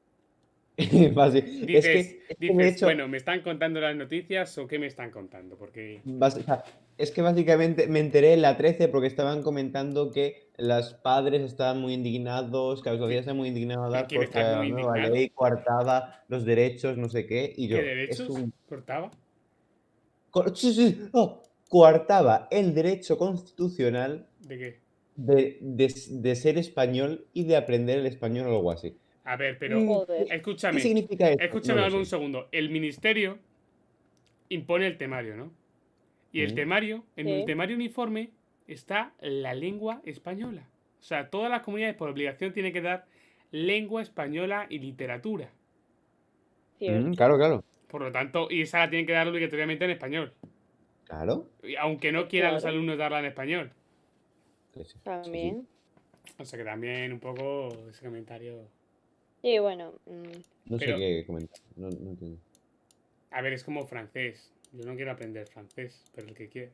S4: Fácil.
S1: Dices,
S4: [laughs] es que, es que
S1: dices
S4: de hecho,
S1: bueno, ¿me están contando las noticias o qué me están contando? Porque...
S4: bas- o sea, es que básicamente me enteré en la 13 porque estaban comentando que los padres estaban muy indignados, que la sociedad está muy indignada
S1: ¿Y quién
S4: porque
S1: está
S4: la
S1: muy
S4: nueva
S1: indignado?
S4: ley coartaba los derechos, no sé qué, y yo.
S1: ¿Qué
S4: es
S1: derechos
S4: un
S1: cortaba?
S4: co- sí, sí, oh, coartaba el derecho constitucional
S1: ¿De qué?
S4: de, de s- de ser español y de aprender el español o algo así.
S1: A ver, pero.
S4: Mm.
S3: Joder.
S1: Escúchame.
S4: ¿Qué significa esto?
S1: Escúchame
S4: No lo
S1: Alba, un
S4: sé.
S1: segundo. El ministerio impone el temario, ¿no? Y el
S4: Mm.
S1: temario, en el
S3: Sí.
S1: temario uniforme está la lengua española. O sea, todas las comunidades por obligación tienen que dar lengua española y literatura.
S3: Cierto.
S4: Mm, claro, claro.
S1: Por lo tanto, y esa la tienen que dar obligatoriamente en español.
S4: Claro.
S1: Y Aunque no quieran los
S3: Claro.
S1: alumnos darla en español.
S4: Sí, sí, sí.
S3: También.
S1: O sea que también un poco ese comentario.
S3: Sí, bueno. mm,
S4: No sé
S1: Pero-
S4: qué comentar. No, no entiendo.
S1: A ver, es como francés. Yo no quiero aprender francés, pero el que quiere.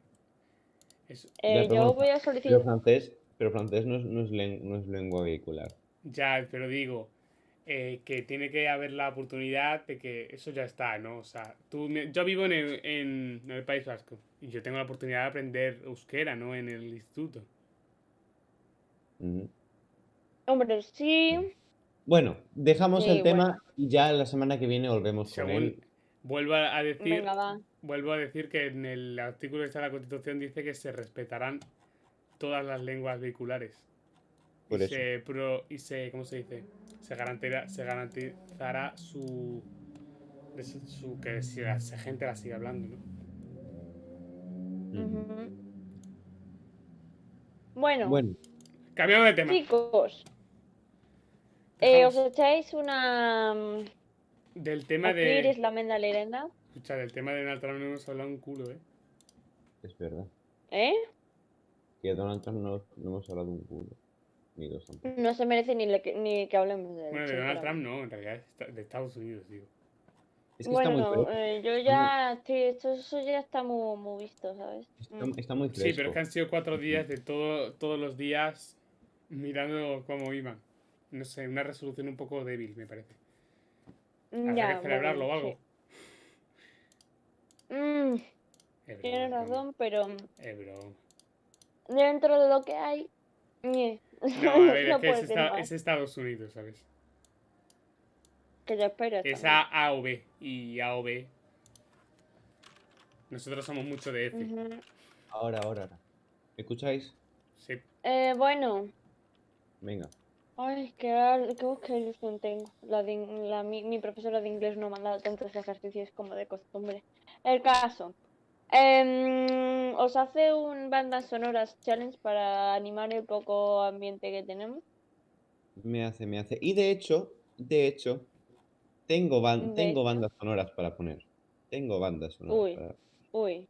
S1: Es,
S3: eh,
S4: pero bueno,
S3: yo voy a
S4: Pero
S3: solicitar.
S4: francés, pero francés no es, no es len- no es lengua vehicular.
S1: Ya, pero digo, eh, que tiene que haber la oportunidad de que eso ya está, ¿no? O sea, tú, me- yo vivo en el, en, en el País Vasco y yo tengo la oportunidad de aprender euskera, ¿no? En el instituto.
S4: Ujú.
S3: Hombre, sí.
S4: Mm. Bueno, dejamos
S3: Sí,
S4: el
S3: bueno.
S4: tema y ya la semana que viene volvemos Pues con
S1: Según,
S4: él.
S1: vuelvo a decir,
S3: Venga, va.
S1: vuelvo a decir que en el artículo que está en la Constitución dice que se respetarán todas las lenguas vehiculares.
S4: Por
S1: y
S4: eso.
S1: se pro- y se cómo se dice se garantizará se garantizará su, de su, su- que si la se- gente la sigue hablando no
S4: Ujú.
S3: Ujú. Bueno,
S4: Bueno,
S1: cambiamos de tema
S3: chicos. eh, ¿Os
S1: Dejamos
S3: echáis una. mm,
S1: del tema
S3: aquí
S1: de
S3: Iris la Menda Lerenda?
S1: escucha del tema de Donald Trump no hemos hablado un culo eh
S4: es verdad.
S3: ¿Eh?
S4: Que a Donald Trump no, no hemos hablado un culo. Ni dos tampoco.
S3: No se merece ni, le que- ni que hablemos de él.
S1: bueno de Donald
S3: sinceramente.
S1: Trump no en realidad es esta- de Estados Unidos digo
S4: Es que
S3: bueno,
S4: está muy
S3: no,
S4: fresco.
S3: eh, yo ya estoy, esto, eso ya está muy, muy visto, ¿sabes? Mm.
S4: Está, está muy fresco.
S1: sí pero es que han sido cuatro días de todo todos los días mirando cómo iban no sé una resolución un poco débil me parece habrá
S3: Ya,
S1: que celebrarlo o
S3: bueno,
S1: algo
S3: sí. Mm,
S1: Es broma,
S3: tienes
S1: es broma,
S3: razón, pero
S1: es
S3: [laughs]
S1: broma.
S3: dentro de lo que hay, ñe.
S1: no a ver
S3: [laughs] No
S1: es que es
S3: puede ser
S1: esta-
S3: más.
S1: es Estados Unidos sabes
S3: que yo espero.
S1: Es
S3: también.
S1: A, A o B. Y A o B. Nosotros somos mucho de F.
S3: Ujú.
S4: Ahora, ahora, ahora. ¿Me escucháis?
S1: Sí.
S3: Eh, bueno,
S4: Venga.
S3: ay, qué, al- qué, qué ilusión tengo. La de in- la- mi, mi profesora de inglés no me ha dado tantos ejercicios como de costumbre. El caso. Em, ¿Os hace un bandas sonoras challenge para animar el poco ambiente que tenemos?
S4: Me hace, me hace. Y de hecho, de hecho, tengo, ban-
S3: De
S4: tengo bandas sonoras para poner. Tengo bandas sonoras
S3: Uy.
S4: para-
S3: Uy.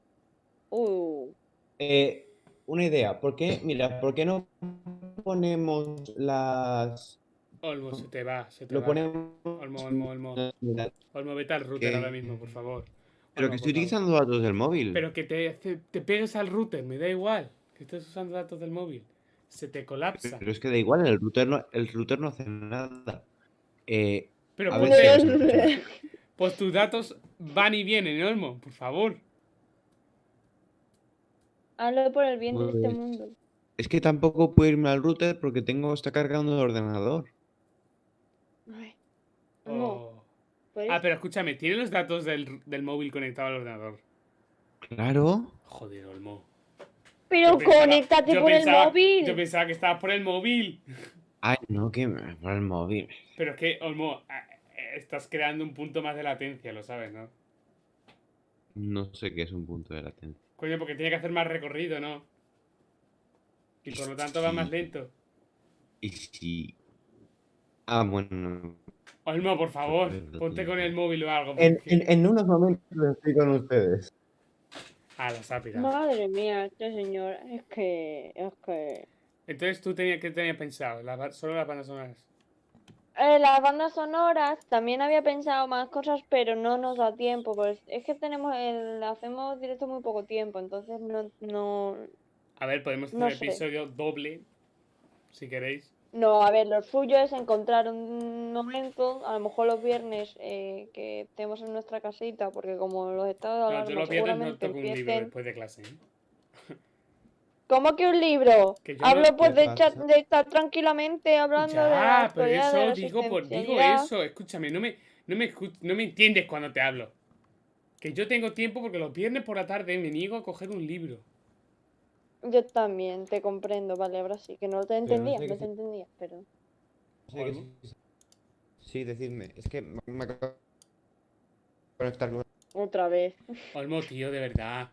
S3: uh. Uy.
S4: Eh, una idea, ¿por qué? Mira, ¿por qué no ponemos las.
S1: Olmo, se te va, se te
S4: Lo
S1: va.
S4: ponemos.
S1: Olmo, Olmo, Olmo.
S4: Mira,
S1: Olmo, vete al router
S4: ¿Qué?
S1: ahora mismo, por favor.
S4: Pero
S1: Olmo,
S4: que estoy
S1: por favor.
S4: utilizando datos del móvil.
S1: Pero que te, te- te pegues al router, me da igual. Que estés usando datos del móvil. Se te colapsa.
S4: Pero es que da igual, el router no, el router no hace nada. Eh,
S1: Pero
S4: a
S1: pon-
S4: ver si-
S1: pues tus datos van y vienen, ¿eh, Olmo, por favor.
S3: Hablo por el bien de este
S4: Pues-
S3: mundo.
S4: es que tampoco puedo irme al router porque tengo está cargando el ordenador.
S3: Ay, no,
S1: Oh.
S3: pues,
S1: Ah, pero escúchame, ¿tiene los datos del, del móvil conectado al ordenador?
S4: Claro.
S1: Joder, Olmo.
S3: pero
S1: Yo pensaba-
S3: conéctate
S1: yo
S3: por
S1: pensaba-
S3: el móvil.
S1: Yo pensaba que estabas por el móvil.
S4: Ay, no, que me por el móvil.
S1: Pero es que, Olmo, a- eh, estás creando un punto más de latencia, lo sabes, ¿no?
S4: No sé qué es un punto de latencia.
S1: Coño, porque tiene que hacer más recorrido, ¿no? Y por lo tanto va más lento.
S4: Y si. Ah, bueno.
S1: Olmo, por favor, ponte con el móvil o algo.
S4: En,
S1: porque-
S4: en, en unos momentos estoy con ustedes.
S1: Ah, las ha pirado.
S3: Madre mía, este señor, es que, es que...
S1: Entonces tú tenías que tenías pensado, Las ba- solo las bandas sonoras.
S3: Eh, las bandas sonoras, también había pensado más cosas, pero no nos da tiempo, pues es que tenemos el, hacemos directo muy poco tiempo, entonces no, no,
S1: A ver, podemos hacer
S3: No sé.
S1: episodio doble, si queréis.
S3: no, a ver, lo suyo es encontrar un momento, a lo mejor los viernes eh, que estemos en nuestra casita, porque como los estados de
S1: No,
S3: alarma
S1: yo los viernes no
S3: seguramente
S1: toco un libro
S3: empiecen...
S1: después de clase. ¿eh?
S3: ¿Cómo que un libro?
S1: Que yo no-
S3: Hablo pues
S4: ¿Qué
S3: de, chat,
S4: pasa?
S3: de estar tranquilamente hablando de la
S1: Ya, pero
S3: actualidad, de
S1: eso
S3: la
S1: digo, por, digo
S3: existencialidad.
S1: eso. Escúchame, no me, no, me escu- no me entiendes cuando te hablo. Que yo tengo tiempo porque los viernes por la tarde me niego a coger un libro.
S3: Yo también te comprendo, vale, ahora sí, que no te
S4: no sé
S3: entendía,
S4: qué
S3: no
S4: se-
S3: te entendía, pero...
S4: No sé qué
S1: Bueno.
S4: es- Sí, decidme. Es que me me acabo de conectar con-
S3: Otra vez.
S1: Olmo, tío, de verdad.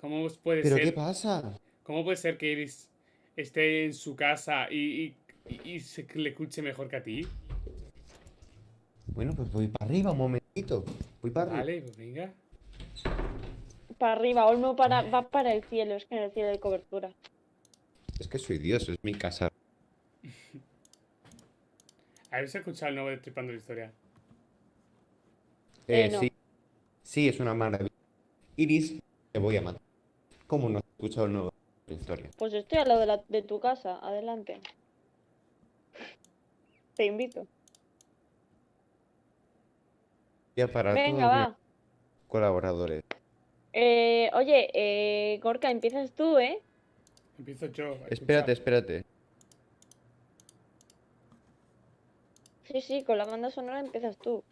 S1: ¿Cómo puede
S4: ¿Pero
S1: ser?
S4: qué pasa?
S1: ¿Cómo puede ser que Iris esté en su casa y, y- y- y se le escuche mejor que a ti?
S4: Bueno, pues voy para arriba un momentito. Voy para arriba.
S1: Vale, pues venga.
S3: Para arriba, Olmo para, va para el cielo, es que en el cielo hay cobertura.
S4: Es que soy Dios, es mi casa.
S1: ¿Habéis escuchado el nuevo de Tripando la Historia?
S3: Eh,
S4: Eh,
S3: no.
S4: sí. Sí, es una maravilla. Iris, te voy a matar. ¿Cómo no has escuchado el nuevo de la historia?
S3: Pues estoy al lado de, la- de tu casa, adelante. Te invito.
S4: Voy a parar
S3: Venga,
S4: todos mis
S3: va.
S4: colaboradores.
S3: Eh, oye, eh, Gorka, empiezas tú, ¿eh?
S1: Empiezo yo. a
S4: Espérate,
S1: escuchar.
S4: espérate.
S3: Sí, sí, con la banda sonora empiezas tú.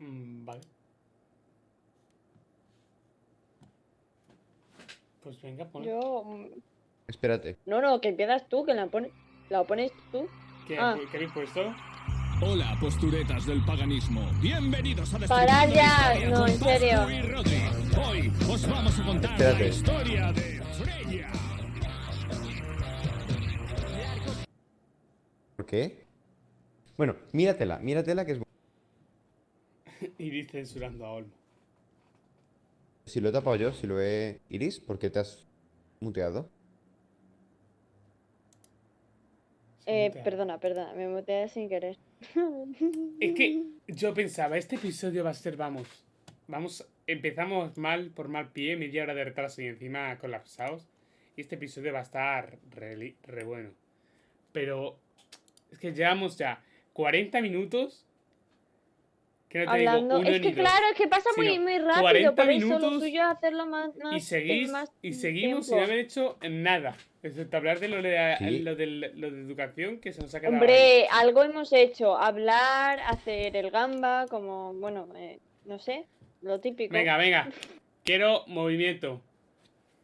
S1: Mm, vale. Pues venga, pon.
S3: Yo. mm,
S4: Espérate.
S3: No, no, que empiezas tú, que la pones. La pones tú.
S1: ¿Qué,
S3: Ah.
S1: qué habéis puesto?
S5: Hola, posturetas del paganismo. Bienvenidos a
S3: Parad
S5: Destripando
S3: ya.
S5: la Historia
S3: No,
S5: con
S3: en serio.
S5: Coscu y Rodri. Hoy os vamos a contar
S4: Espérate.
S5: la historia de Freya.
S4: ¿Por qué? Bueno, míratela, míratela que es bu-
S1: Iris censurando a Olmo.
S4: Si lo he tapado yo, si lo he... Iris, ¿por qué te has muteado?
S3: Eh,
S1: Santa.
S3: perdona, perdona, me muteé sin querer.
S1: Es que yo pensaba, este episodio va a ser, vamos, vamos, empezamos mal por mal pie, media hora de retraso y encima colapsados. Y este episodio va a estar re, li- re bueno. Pero es que llevamos ya 40 minutos. Que no te
S3: Hablando.
S1: digo uno
S3: Es
S1: ni
S3: que
S1: dos.
S3: claro, es que pasa muy,
S1: sino
S3: muy rápido.
S1: 40
S3: Por eso lo
S1: minutos
S3: suyo es hacerlo más. más
S1: Y seguís,
S3: más mm,
S1: y seguimos sin
S3: tiempo.
S1: haber hecho nada. Excepto hablar de lo de,
S4: Sí.
S1: lo de, lo de educación que se nos ha quedado. ahí.
S3: Hombre, algo hemos hecho. Hablar, hacer el gamba, como. Bueno, eh, no sé. Lo típico.
S1: Venga, venga. Quiero movimiento.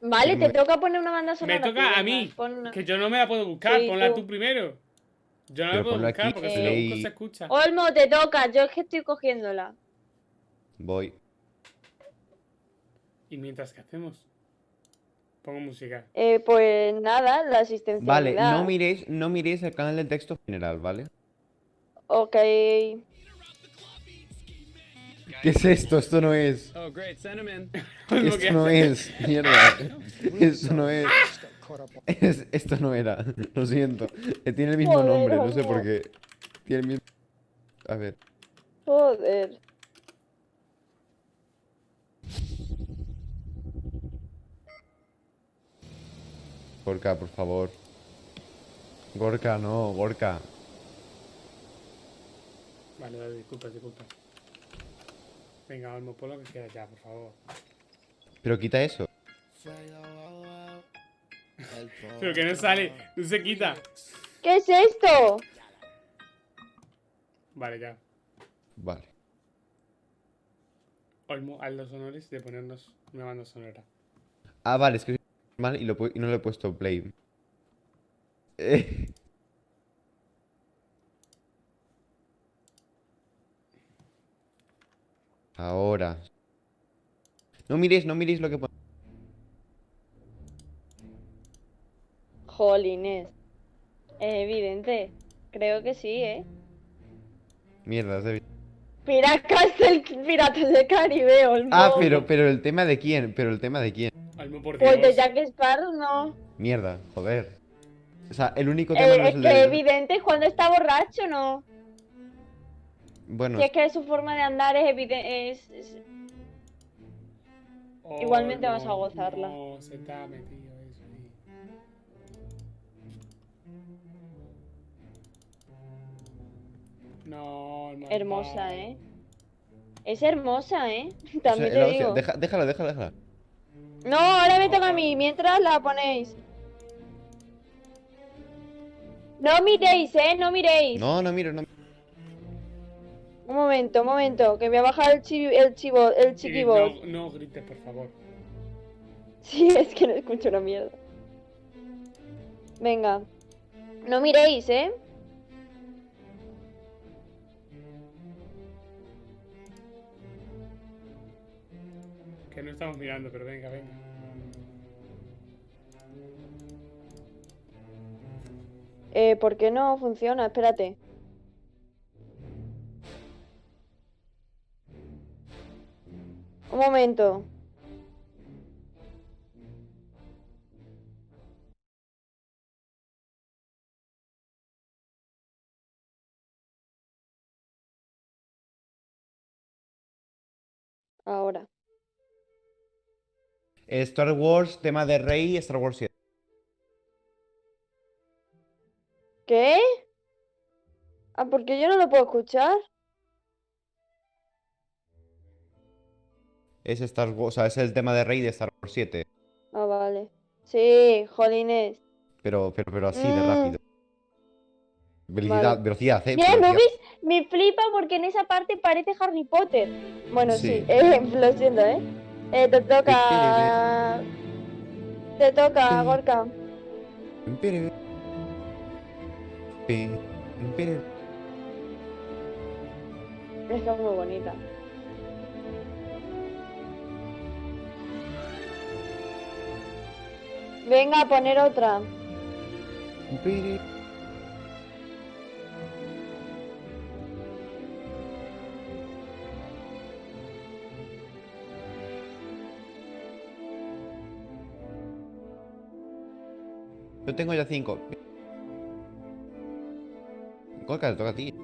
S3: Vale, te
S4: Me-
S3: toca poner una banda sonora.
S1: toca
S3: tú,
S1: a
S3: venga,
S1: mí.
S3: pon una-
S1: Que yo no me la puedo buscar,
S3: Sí,
S1: ponla
S3: tú.
S1: tú primero. Yo no
S4: Pero
S1: la puedo
S4: ponlo
S1: buscar
S4: aquí,
S1: porque si la
S4: play.
S1: busco se escucha.
S3: Olmo, te toca. Yo es que estoy cogiéndola.
S4: Voy.
S1: ¿Y mientras que hacemos? Pongo música.
S3: Eh, pues nada, la asistencia.
S4: Vale, no miréis, no miréis el canal de texto general, ¿vale?
S3: Ok.
S4: ¿Qué es esto? Esto no es.
S6: Oh, great. Send him
S1: [laughs]
S6: in.
S1: Lo que
S4: Esto no
S1: hace-
S4: es. Mierda. Esto no es. Es- Esto no era. Lo siento. Eh, Tiene el mismo
S3: Joder,
S4: nombre, no sé
S3: Olmo.
S4: por qué. Tiene el mismo. A ver.
S3: Joder.
S4: Gorka, por favor. Gorka, no, Gorka.
S1: Vale, vale, disculpas, disculpas. Venga, Olmo, pon lo que queda ya, por favor.
S4: Pero quita eso.
S1: Pero que no sale, no se quita.
S3: ¿Qué es esto?
S1: Vale, ya.
S4: Vale.
S1: Olmo, haz los honores de ponernos una banda sonora.
S4: Ah, vale, es que soy normal y, lo pu- y no le he puesto play. [laughs] Eh, Ahora. No miréis, no miréis lo que pone.
S3: Jolines. Es evidente. Creo que sí, ¿eh?
S4: Mierda, se-
S3: Piratas del, Piratas del Caribe, Olmo.
S4: Ah, pero, pero el tema de quién, pero el tema de quién.
S1: Olmo, por Dios.
S3: Pues de Jack Sparrow no.
S4: Mierda, joder. O sea, el único tema
S3: Eh,
S4: no
S3: es
S4: es el
S3: que
S4: de...
S3: evidente es cuando está borracho, ¿no?
S4: Bueno,
S3: Si es que su forma de andar es evidente. Es, es- igualmente vas a
S1: Olmo,
S3: gozarla.
S1: Oh, No, se te ha metido eso ahí. No, Olmo,
S3: Hermosa,
S1: no.
S3: ¿eh? es hermosa, ¿eh? [laughs]
S4: o sea, la
S3: También te
S4: hostia,
S3: digo.
S4: deja- déjala, déjala, déjala.
S3: No, ahora me toca a mí, mientras la ponéis. No miréis, ¿eh? No miréis.
S4: No, no miro, no
S3: Un momento, un momento, que voy a bajar el, chi- el chivo, el
S1: Iris,
S3: chiquibot.
S1: no, no grites, por favor.
S3: Sí, [laughs] es que no escucho una mierda. Venga. No miréis, ¿eh?
S1: Que no estamos mirando, pero venga, venga.
S3: Eh, ¿Por qué no funciona? Espérate. Un momento. Ahora.
S4: Star Wars, tema de Rey, Star Wars 7.
S3: ¿Qué? Ah, porque yo no lo puedo escuchar.
S4: Es Star Wars, o sea, es el tema de Rey de Star Wars 7.
S3: Ah, vale. Sí, jolines.
S4: Pero, pero, pero así de
S3: Mm.
S4: rápido. Velocidad,
S3: Vale.
S4: velocidad, eh.
S3: Mira, ¿no
S4: velocidad.
S3: ves? Me flipa porque en esa parte parece Harry Potter. Bueno, sí,
S4: Sí.
S3: [laughs] eh, lo siento, ¿eh? Eh, te toca. Te toca,
S4: Sí.
S3: Gorka.
S4: Pere- pe- pere-
S3: Es que es muy bonita. Venga, a poner otra.
S4: pere- Yo tengo ya cinco. Coca, te toca a ti.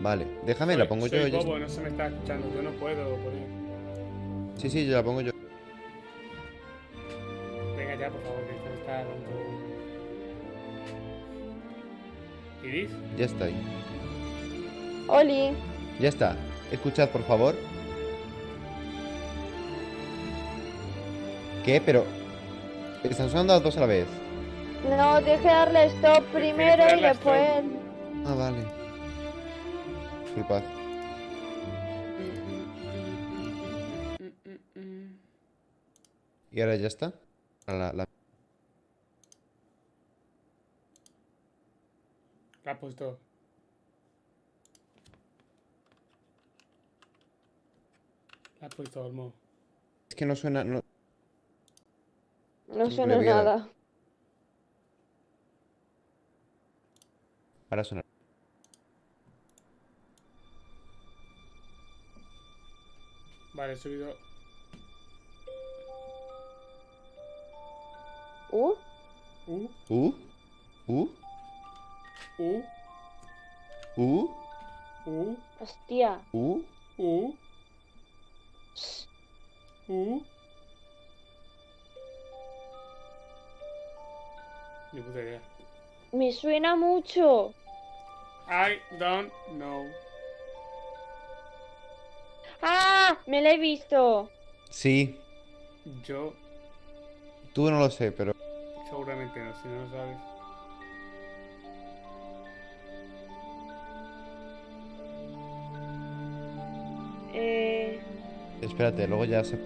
S4: Vale, déjame, la
S1: Soy-
S4: pongo
S1: soy
S4: yo. ya
S1: bobo, no se me está escuchando. Yo no puedo poner.
S4: está. Sí, sí, yo la pongo yo.
S1: Venga ya, por favor, que esto está dando. ¿Iris?
S4: Ya está ahí.
S3: Oli.
S4: Ya está. Escuchad, por favor. ¿Qué? Pero. Están sonando las dos a la vez.
S3: No, tienes que darle stop primero y
S1: darle stop.
S3: después.
S4: Ah, vale. Disculpad. Y ahora ya está. Ahora La, la-
S1: La has puesto. La has puesto, Olmo.
S4: Es que no suena. no-
S3: No
S4: Sí,
S3: suena
S4: bebida.
S3: nada.
S4: Ahora suena.
S1: Vale, he subido.
S3: Uh,
S1: U,
S4: ¿Uh? ¿Uh?
S1: U,
S4: ¿Uh?
S1: U,
S3: hostia.
S4: ¿Uh?
S1: U,
S3: Shh.
S1: U. Ni puta idea.
S3: Me suena mucho.
S1: I don't know.
S3: ¡Ah! Me la he visto.
S4: Sí.
S1: Yo
S4: Tú no lo sé, pero.
S1: seguramente no, si no lo sabes.
S3: Eh,
S4: Espérate, luego ya se.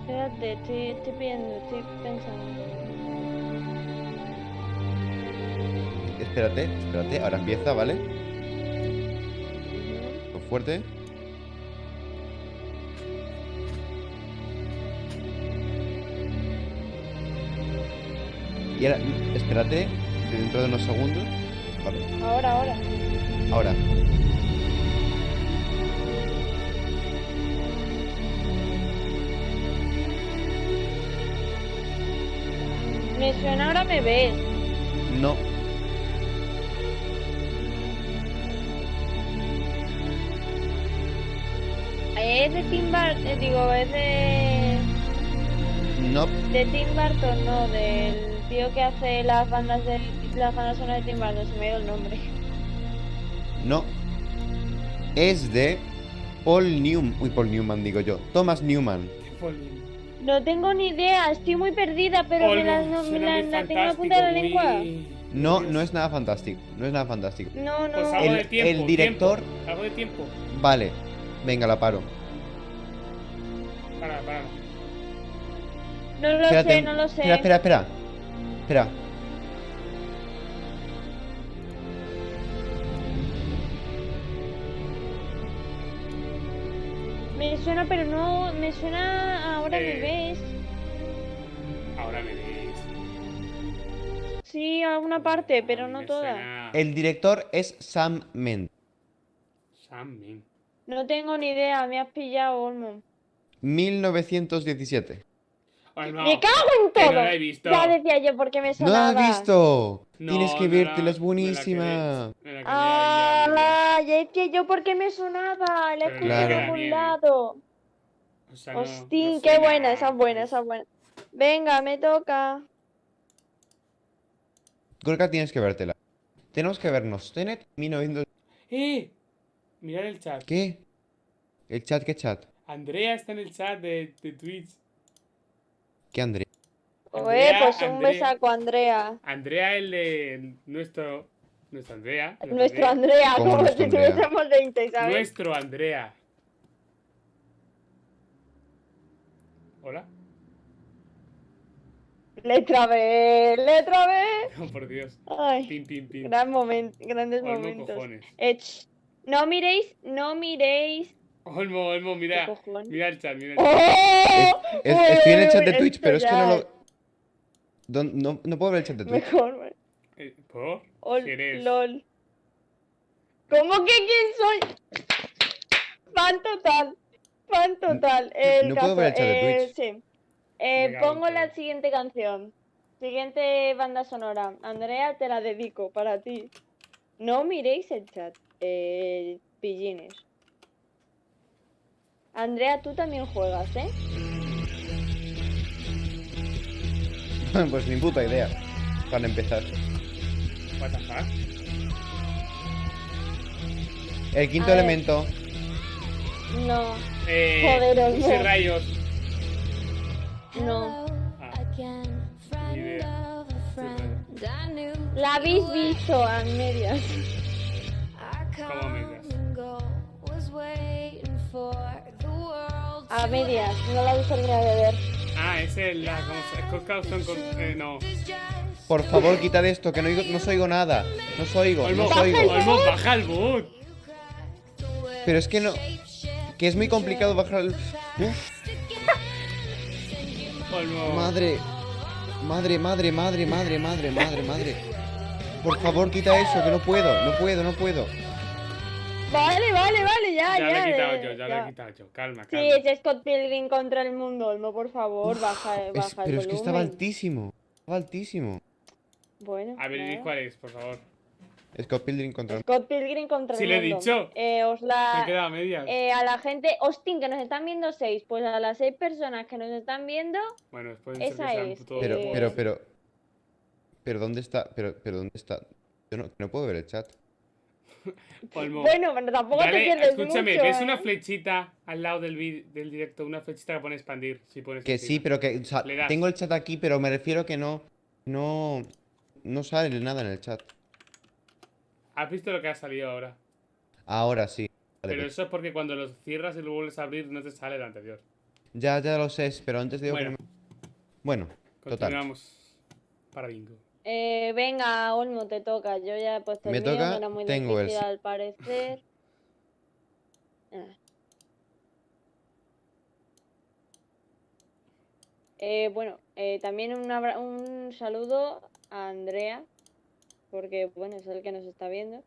S3: espérate, estoy, estoy viendo, estoy pensando.
S4: Espérate, espérate. Ahora empieza, ¿vale? Lo fuerte. Y ahora, espérate, dentro de unos segundos. Vale.
S3: Ahora, ahora.
S4: Ahora.
S3: Me suena, ahora me ves.
S4: No.
S3: Es de Tim Burton, digo, es de,
S4: No.
S3: de Tim Burton, no, del tío que hace las bandas de las bandas sonoras de Tim Burton, se me ha ido el nombre.
S4: No. Es de Paul Newman. Uy, Paul Newman, digo yo. Thomas Newman.
S1: Qué poli-
S3: No tengo ni idea, estoy muy perdida, pero me
S1: Olmo,
S3: la, no, me
S1: suena
S3: la-
S1: muy
S3: la tengo a
S1: fantástico,
S3: punta de la lengua.
S1: muy-
S4: No, no es nada fantástico. No es nada fantástico.
S3: No, no.
S1: Pues algo
S4: El,
S1: de tiempo,
S4: el director.
S1: tiempo, algo de tiempo.
S4: Vale. Venga, la paro.
S1: Para, para.
S3: No lo
S4: Espérate,
S3: sé, no lo sé.
S4: Espera, espera, espera. Espera.
S3: Me suena, pero no. Me suena ahora me
S1: Eh.
S3: ves.
S1: Ahora me veis.
S3: Sí, alguna parte, pero no
S1: Me
S3: toda.
S1: suena
S4: El director es Sam Mendes.
S1: Sam Min.
S3: No tengo ni idea, me has pillado, Olmo.
S4: 1917.
S1: Ay, no,
S3: ¡Me cago en
S1: que no
S3: todo!
S1: la he visto.
S3: Ya decía yo porque me
S4: ¡No la
S3: sonaba.
S4: has visto!
S1: No,
S4: Tienes que
S1: no
S4: vértela,
S1: la-
S4: es buenísima.
S1: Me la quedé- me la quedé ahí, ahí,
S3: Ah, ya decía yo porque me sonaba. La he
S1: Pero
S4: no queda
S3: escuchado en algún
S1: bien.
S3: lado.
S1: ahí. O sea, Ah, no-
S3: Hostín,
S1: no
S3: qué
S1: suena.
S3: buena, esa es buena, esa es buena. Venga, me toca.
S4: Gorka, tienes que vértela. Tenemos que vernos. Tenet 1900.
S1: ¡Eh! Mirad el chat.
S4: ¿Qué? ¿El chat qué chat?
S1: Andrea está en el chat de, de Twitch.
S4: ¿Qué André?
S3: Oye,
S1: Andrea,
S3: pues un
S1: Andrea.
S3: besaco, Andrea.
S1: Andrea, el de nuestro. Nuestro Andrea.
S3: Nuestro Andrea,
S4: ¿Cómo
S3: como
S4: nuestro
S3: si
S4: Andrea?
S3: tuviésemos 20, ¿sabes?
S1: Nuestro Andrea. Hola. [laughs]
S3: Letra B, letra B.
S1: No, Oh, por Dios.
S3: Ay,
S1: Pim, pim, pim.
S3: gran momento, grandes
S1: Olmo,
S3: momentos.
S1: cojones.
S3: Ech, no miréis, no miréis.
S1: Olmo, Olmo,
S3: ¿Qué
S1: mira.
S3: cojones?
S1: Mira el chat, mira el chat.
S4: Es-
S3: ¡Oh!
S4: es-
S3: Uy,
S4: estoy en el
S3: uy,
S4: chat
S3: uy,
S4: de Twitch,
S3: esto
S4: pero es que no
S3: ya
S4: lo. Don- no, no puedo ver el chat de
S3: [laughs]
S4: Twitch.
S3: Mejor,
S1: Eh, ¿Por?
S3: Ol-
S1: ¿Quién eres?
S3: LOL. ¿Cómo que quién soy? Fan total. Fan total. El
S4: no
S3: caso,
S4: puedo ver el chat de
S3: eh,
S4: Twitch.
S3: sí. Eh,
S1: Venga,
S3: pongo
S1: vente.
S3: la siguiente canción. Siguiente banda sonora. Andrea, te la dedico para ti. No miréis el chat. Eh, pillines. Andrea, tú también juegas, ¿eh?
S4: pues ni puta idea. Para empezar.
S1: What the fuck?
S4: El quinto
S3: A ver.
S4: elemento.
S3: No,
S1: Eh,
S3: Joder, Olmo.
S1: puse rayos.
S3: no.
S1: Ah. Ni idea.
S3: La habéis visto a medias.
S1: ¿Cómo medias?
S3: A medias. No la habéis terminado de ver.
S1: Ah, es el. La, ¿Cómo se Scott Carlson con. Eh, no.
S4: Por favor, quita de esto, que no oigo, no os oigo nada. No os oigo, no
S1: Olmo,
S4: os oigo.
S1: Olmo, baja el bot.
S4: Pero es que no. Que es muy complicado bajar el. ¿Eh? Uf,
S1: Olmo.
S4: madre. Madre, madre, madre, madre, madre, madre, madre. Por favor, quita eso, que no puedo, no puedo, no puedo.
S3: Vale, vale, vale, ya,
S1: Ya lo
S3: ya.
S1: he quitado
S3: eh,
S1: yo, ya lo he quitado yo. Calma,
S3: Sí,
S1: calma.
S3: es Scott Pilgrim contra el mundo, Olmo, por favor, baja,
S4: Es-
S3: baja el
S4: pero es que estaba
S3: volumen.
S4: altísimo. Estaba altísimo.
S3: Bueno,
S1: A ver, ¿y
S3: nada.
S1: cuál es, por favor?
S4: Scott Pilgrim contra.
S3: Scott Pilgrim contra
S1: Sí,
S3: el
S1: lo he
S3: mundo.
S1: dicho.
S3: Eh, os
S1: Me he
S3: la...
S1: quedado a medias.
S3: eh, a la gente, Austin, que nos están viendo seis, pues a las seis personas que nos están viendo,
S1: Bueno, después de que
S3: esa
S1: sean
S3: es,
S1: puto-
S4: Pero,
S3: Eh,
S4: pero, pero. Pero, ¿dónde está? Pero, pero, ¿dónde está? Yo no, no puedo ver el chat.
S1: Olmo.
S3: bueno, pero tampoco te
S1: Dale,
S3: pierdes
S1: escúchame,
S3: mucho.
S1: ¿ves una
S3: ¿eh?
S1: flechita al lado del, vi- del directo? Una flechita que pone expandir, si pones
S4: Que
S1: encima.
S4: sí, pero que. o sea,
S1: Le das.
S4: tengo el chat aquí, pero me refiero que no. No. No sale nada en el chat.
S1: ¿Has visto lo que ha salido ahora?
S4: Ahora sí. Vale,
S1: Pero
S4: pues-
S1: eso es porque cuando los cierras y lo vuelves a abrir no te sale el anterior.
S4: Ya, ya lo sé, pero antes digo que
S1: Bueno.
S4: no me- Bueno, Total.
S1: Continuamos para bingo.
S3: Eh, venga, Olmo, te toca. Yo ya he puesto
S4: Me
S3: el mío,
S4: toca,
S3: no era muy
S4: tengo el-
S3: difícil al parecer. Ah. Eh, bueno, eh, también un, abra- un saludo a Andrea, porque bueno, es el que nos está viendo,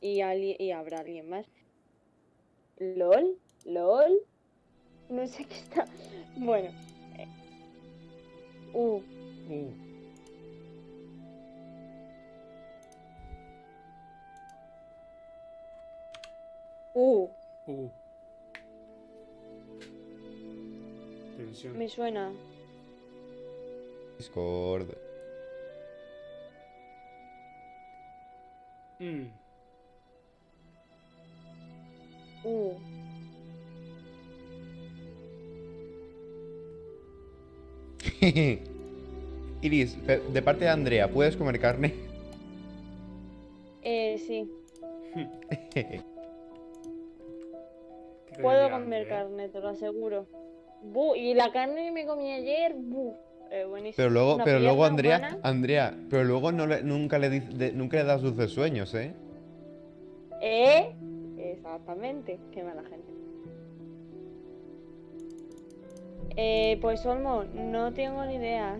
S3: y, ali- y habrá alguien más. ¿Lol? ¿Lol? No sé qué está... Bueno. eh. Uh,
S1: Uh,
S3: uh,
S1: uh. Tensión.
S3: me suena.
S4: Discord.
S1: Mm.
S3: Uh.
S4: [laughs] Iris, pe- de parte de Andrea, ¿puedes comer carne? [laughs]
S3: Eh,
S1: Qué
S3: Puedo
S1: grande,
S3: comer
S1: ¿eh?
S3: carne, te lo aseguro. Bu, y la carne que me comí ayer, bu, eh, buenísimo.
S4: Pero luego,
S3: Una
S4: pero luego
S3: pierna
S4: Andrea,
S3: humana,
S4: Andrea, pero luego no le- nunca, le, dice- de- nunca le das dulces sueños, ¿eh?
S3: ¿Eh? Exactamente, qué mala gente. Eh, pues Olmo, no tengo ni idea.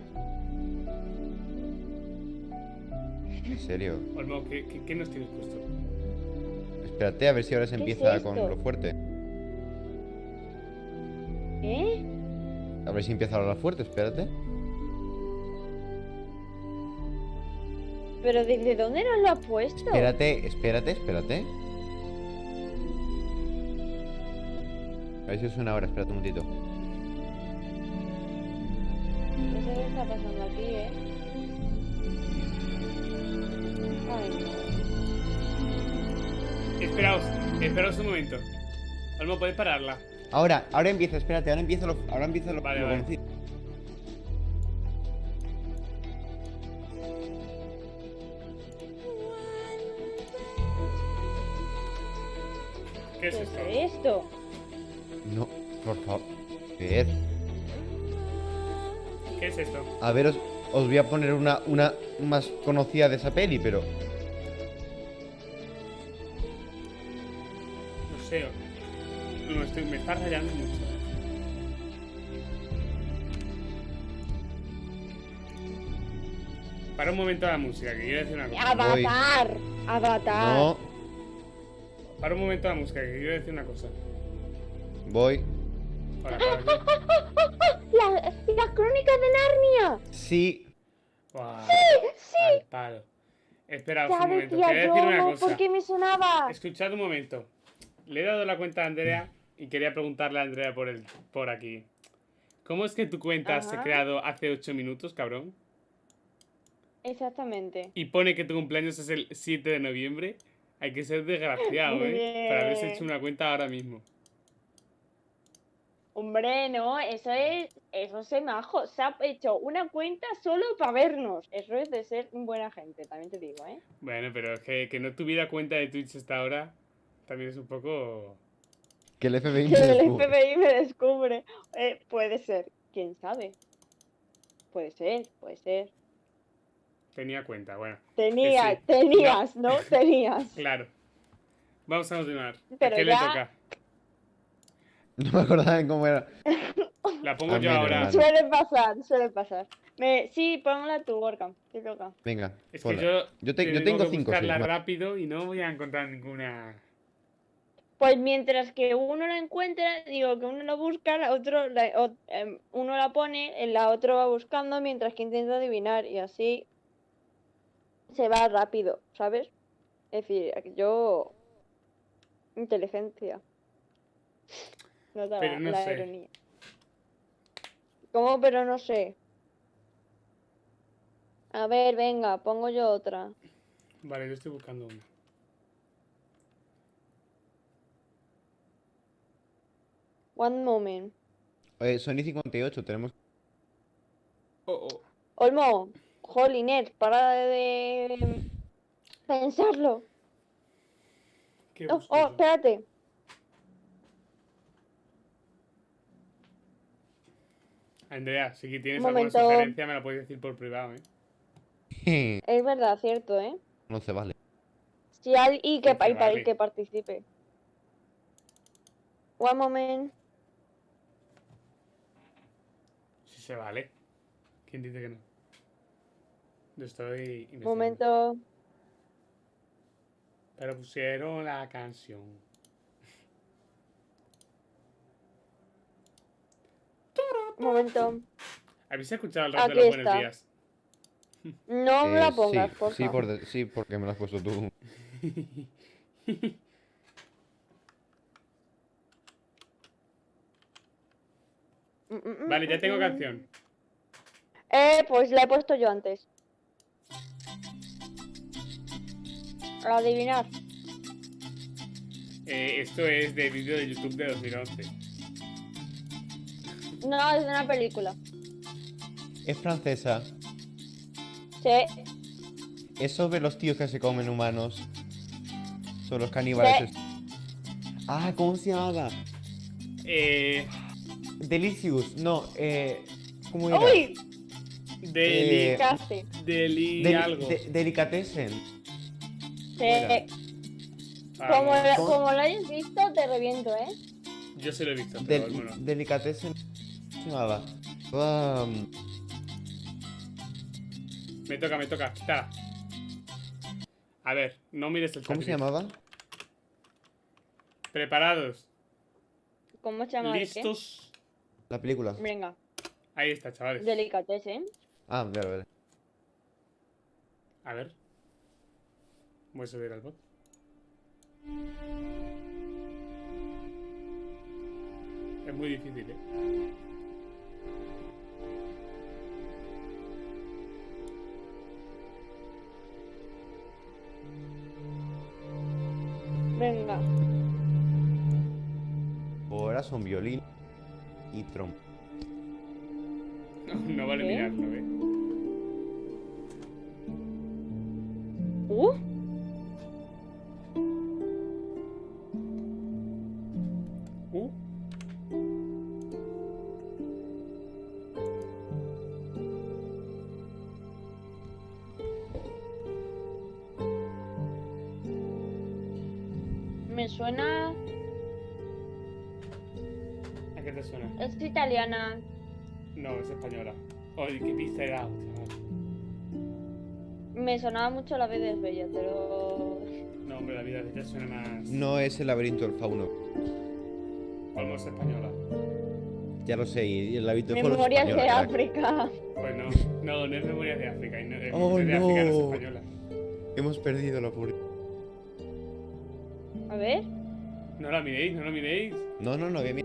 S4: En serio.
S1: Olmo, ¿qué, qué, qué nos tienes puesto?
S4: Espérate a ver si ahora se
S3: ¿Qué es
S4: empieza con
S3: esto?
S4: lo fuerte.
S3: ¿Eh?
S4: A ver si empieza ahora lo fuerte, espérate.
S3: ¿Pero desde dónde nos lo has puesto?
S4: Espérate, espérate, espérate. A ver si suena ahora, espérate un momentito.
S3: No sé qué está pasando aquí, ¿eh? Ay,
S1: Esperaos, esperaos un momento. Olmo, podéis pararla.
S4: Ahora, ahora empieza, espérate, ahora empieza lo, ahora empieza lo,
S1: Vale,
S4: lo
S1: vale.
S4: conocido.
S1: ¿Qué
S3: no.
S1: es
S3: ¿Qué
S1: esto?
S3: es esto?
S4: No, por favor. Ver.
S1: ¿Qué es esto?
S4: A ver, os, os voy a poner una, una más conocida de esa peli, pero.
S1: No sé. No, estoy, me está rayando mucho. Para un momento la música, que quiero decir una cosa.
S4: Voy.
S3: Avatar, Avatar.
S4: No,
S1: Para un momento la música, que quiero decir una cosa.
S4: voy.
S1: Ahora,
S3: [laughs]
S1: para aquí.
S3: La- las crónicas de Narnia.
S4: Sí,
S1: Guau, Al palo. Esperaos
S3: Ya
S1: Ah, un momento.
S3: decía
S1: Quería
S3: yo,
S1: decir una
S3: no,
S1: cosa.
S3: porque me sonaba.
S1: Escuchad un momento. Le he dado la cuenta a Andrea y quería preguntarle a Andrea por, el, por aquí. ¿Cómo es que tu cuenta se ha
S3: Ajá.
S1: creado hace 8 minutos, cabrón?
S3: Exactamente.
S1: Y pone que tu cumpleaños es el 7 de noviembre. Hay que ser desgraciado, ¿eh? Para haberse hecho una cuenta ahora mismo.
S3: Hombre, no, eso es, eso es ser majo. Se ha hecho una cuenta solo para vernos. Eso es de ser buena gente, también te digo, ¿eh?
S1: Bueno, pero es que, que no tuviera cuenta de Twitch hasta ahora también es un poco...
S4: que el FBI
S3: Que
S4: me
S3: el
S4: descubre.
S3: FBI me descubre. Eh, puede ser, quién sabe. Puede ser, puede ser.
S1: Tenía cuenta, bueno.
S3: Tenías,
S1: sí. [laughs]
S3: tenías, ¿no? Tenías.
S1: Claro. Vamos a continuar.
S3: Pero
S1: ¿A qué le
S3: ya-
S1: toca?
S4: [laughs] No me acordaba de cómo era.
S1: La pongo
S4: A
S1: yo
S4: mí no,
S1: ahora.
S4: vale.
S3: Suele pasar, suele pasar. Me, sí, ponla tu Gorka, te toca.
S4: Venga.
S1: Es que
S4: ponla.
S1: yo,
S4: Yo te- yo tengo
S1: que
S4: cinco,
S1: buscarla
S4: sí, va.
S1: rápido y no voy a encontrar ninguna.
S3: Pues mientras que uno la encuentra, digo que uno la busca, la otro la- o- em, uno la pone, el- la otro va buscando mientras que intenta adivinar y así se va rápido, ¿sabes? Es decir, aquí yo inteligencia. Nota
S1: Pero no
S3: la
S1: sé.
S3: ironía. ¿Cómo? Pero no sé. A ver, venga, pongo yo otra.
S1: Vale, yo estoy buscando una.
S3: One moment.
S4: Eh, Sony 58, tenemos.
S1: Oh, oh.
S3: Olmo, joliner, para de, de pensarlo.
S1: ¿Qué
S3: Oh,
S1: busco
S3: oh,
S1: yo?
S3: espérate.
S1: Andrea, si tienes
S3: Momento.
S1: alguna sugerencia me la puedes decir por privado, ¿eh?
S3: Es verdad, cierto, ¿eh?
S4: 11, vale.
S3: Si al y que,
S1: Sí, que
S3: y para
S1: vale.
S3: el que participe. One moment.
S1: Si se vale. ¿Quién dice que no? Yo estoy. investigando.
S3: Momento.
S1: Pero pusieron la canción.
S3: Momento.
S1: ¿Habéis escuchado el rap de
S3: Aquí
S1: los buenos
S3: está.
S1: días?
S3: No me la
S4: Eh,
S3: pongas,
S4: sí,
S3: por
S4: sí,
S3: favor.
S4: por de- sí, porque me lo has puesto tú.
S3: Mm, mm, mm,
S1: Vale, ya
S3: mm,
S1: tengo
S3: mm.
S1: canción.
S3: Eh, pues la he puesto yo antes. Para adivinar.
S1: Eh, esto es de vídeo de YouTube de 2011.
S3: No, es de una película.
S4: Es francesa.
S3: Sí.
S4: Es sobre los tíos que se comen humanos. Son los caníbales.
S3: Sí.
S4: estos. Ah, ¿cómo se llamaba?
S1: Eh,
S4: Delicious. No, eh. ¿Cómo era?
S3: ¡Uy!
S1: deli,
S4: Eh,
S3: Casi.
S1: deli
S4: Deli-
S1: algo.
S4: de- delicatessen.
S3: Te-
S1: Ah,
S3: como,
S1: bueno,
S3: la-
S4: con-
S3: como lo hayas visto, te reviento, ¿eh?
S1: yo sí lo he visto, pero
S4: Del-
S1: bueno.
S4: delicatessen. ¿Cómo se llamaba? Ah,
S1: Me toca, me toca. Quítala. A ver, no mires el
S4: ¿Cómo se
S1: chat.
S4: llamaba?
S1: Preparados,
S3: ¿Cómo se llama? el qué?
S1: listos.
S4: La película.
S3: Venga,
S1: Ahí está, chavales.
S3: delicatessen.
S4: Ah, vale, vale.
S1: A ver. Voy a subir al bot. Es muy difícil, ¿eh? [laughs]
S3: Venga.
S4: Ahora son violín y trompa.
S1: No, no vale
S3: ¿Qué?
S1: mirarlo, ¿eh?
S3: Uh,
S1: Uh.
S3: me suena.
S1: ¿A qué te suena?
S3: Es italiana.
S1: No, es española. Oye, qué pista he dado, chaval.
S3: Me sonaba mucho la vez de Bella, pero.
S1: No, hombre, la vida de ella suena más.
S4: No es el laberinto del fauno.
S1: Olmos española.
S4: Ya lo ¿eh? sé, y el laberinto del fauno. es
S3: Memorias de
S4: española, crack.
S3: África.
S1: Pues no, no, no es Memorias de África. y No, es
S4: Oh,
S1: Memorias de África no es
S4: no.
S1: española.
S4: Hemos perdido la pobre.
S3: A ver.
S1: No la miréis, no la miréis.
S4: No, no, no, que mi-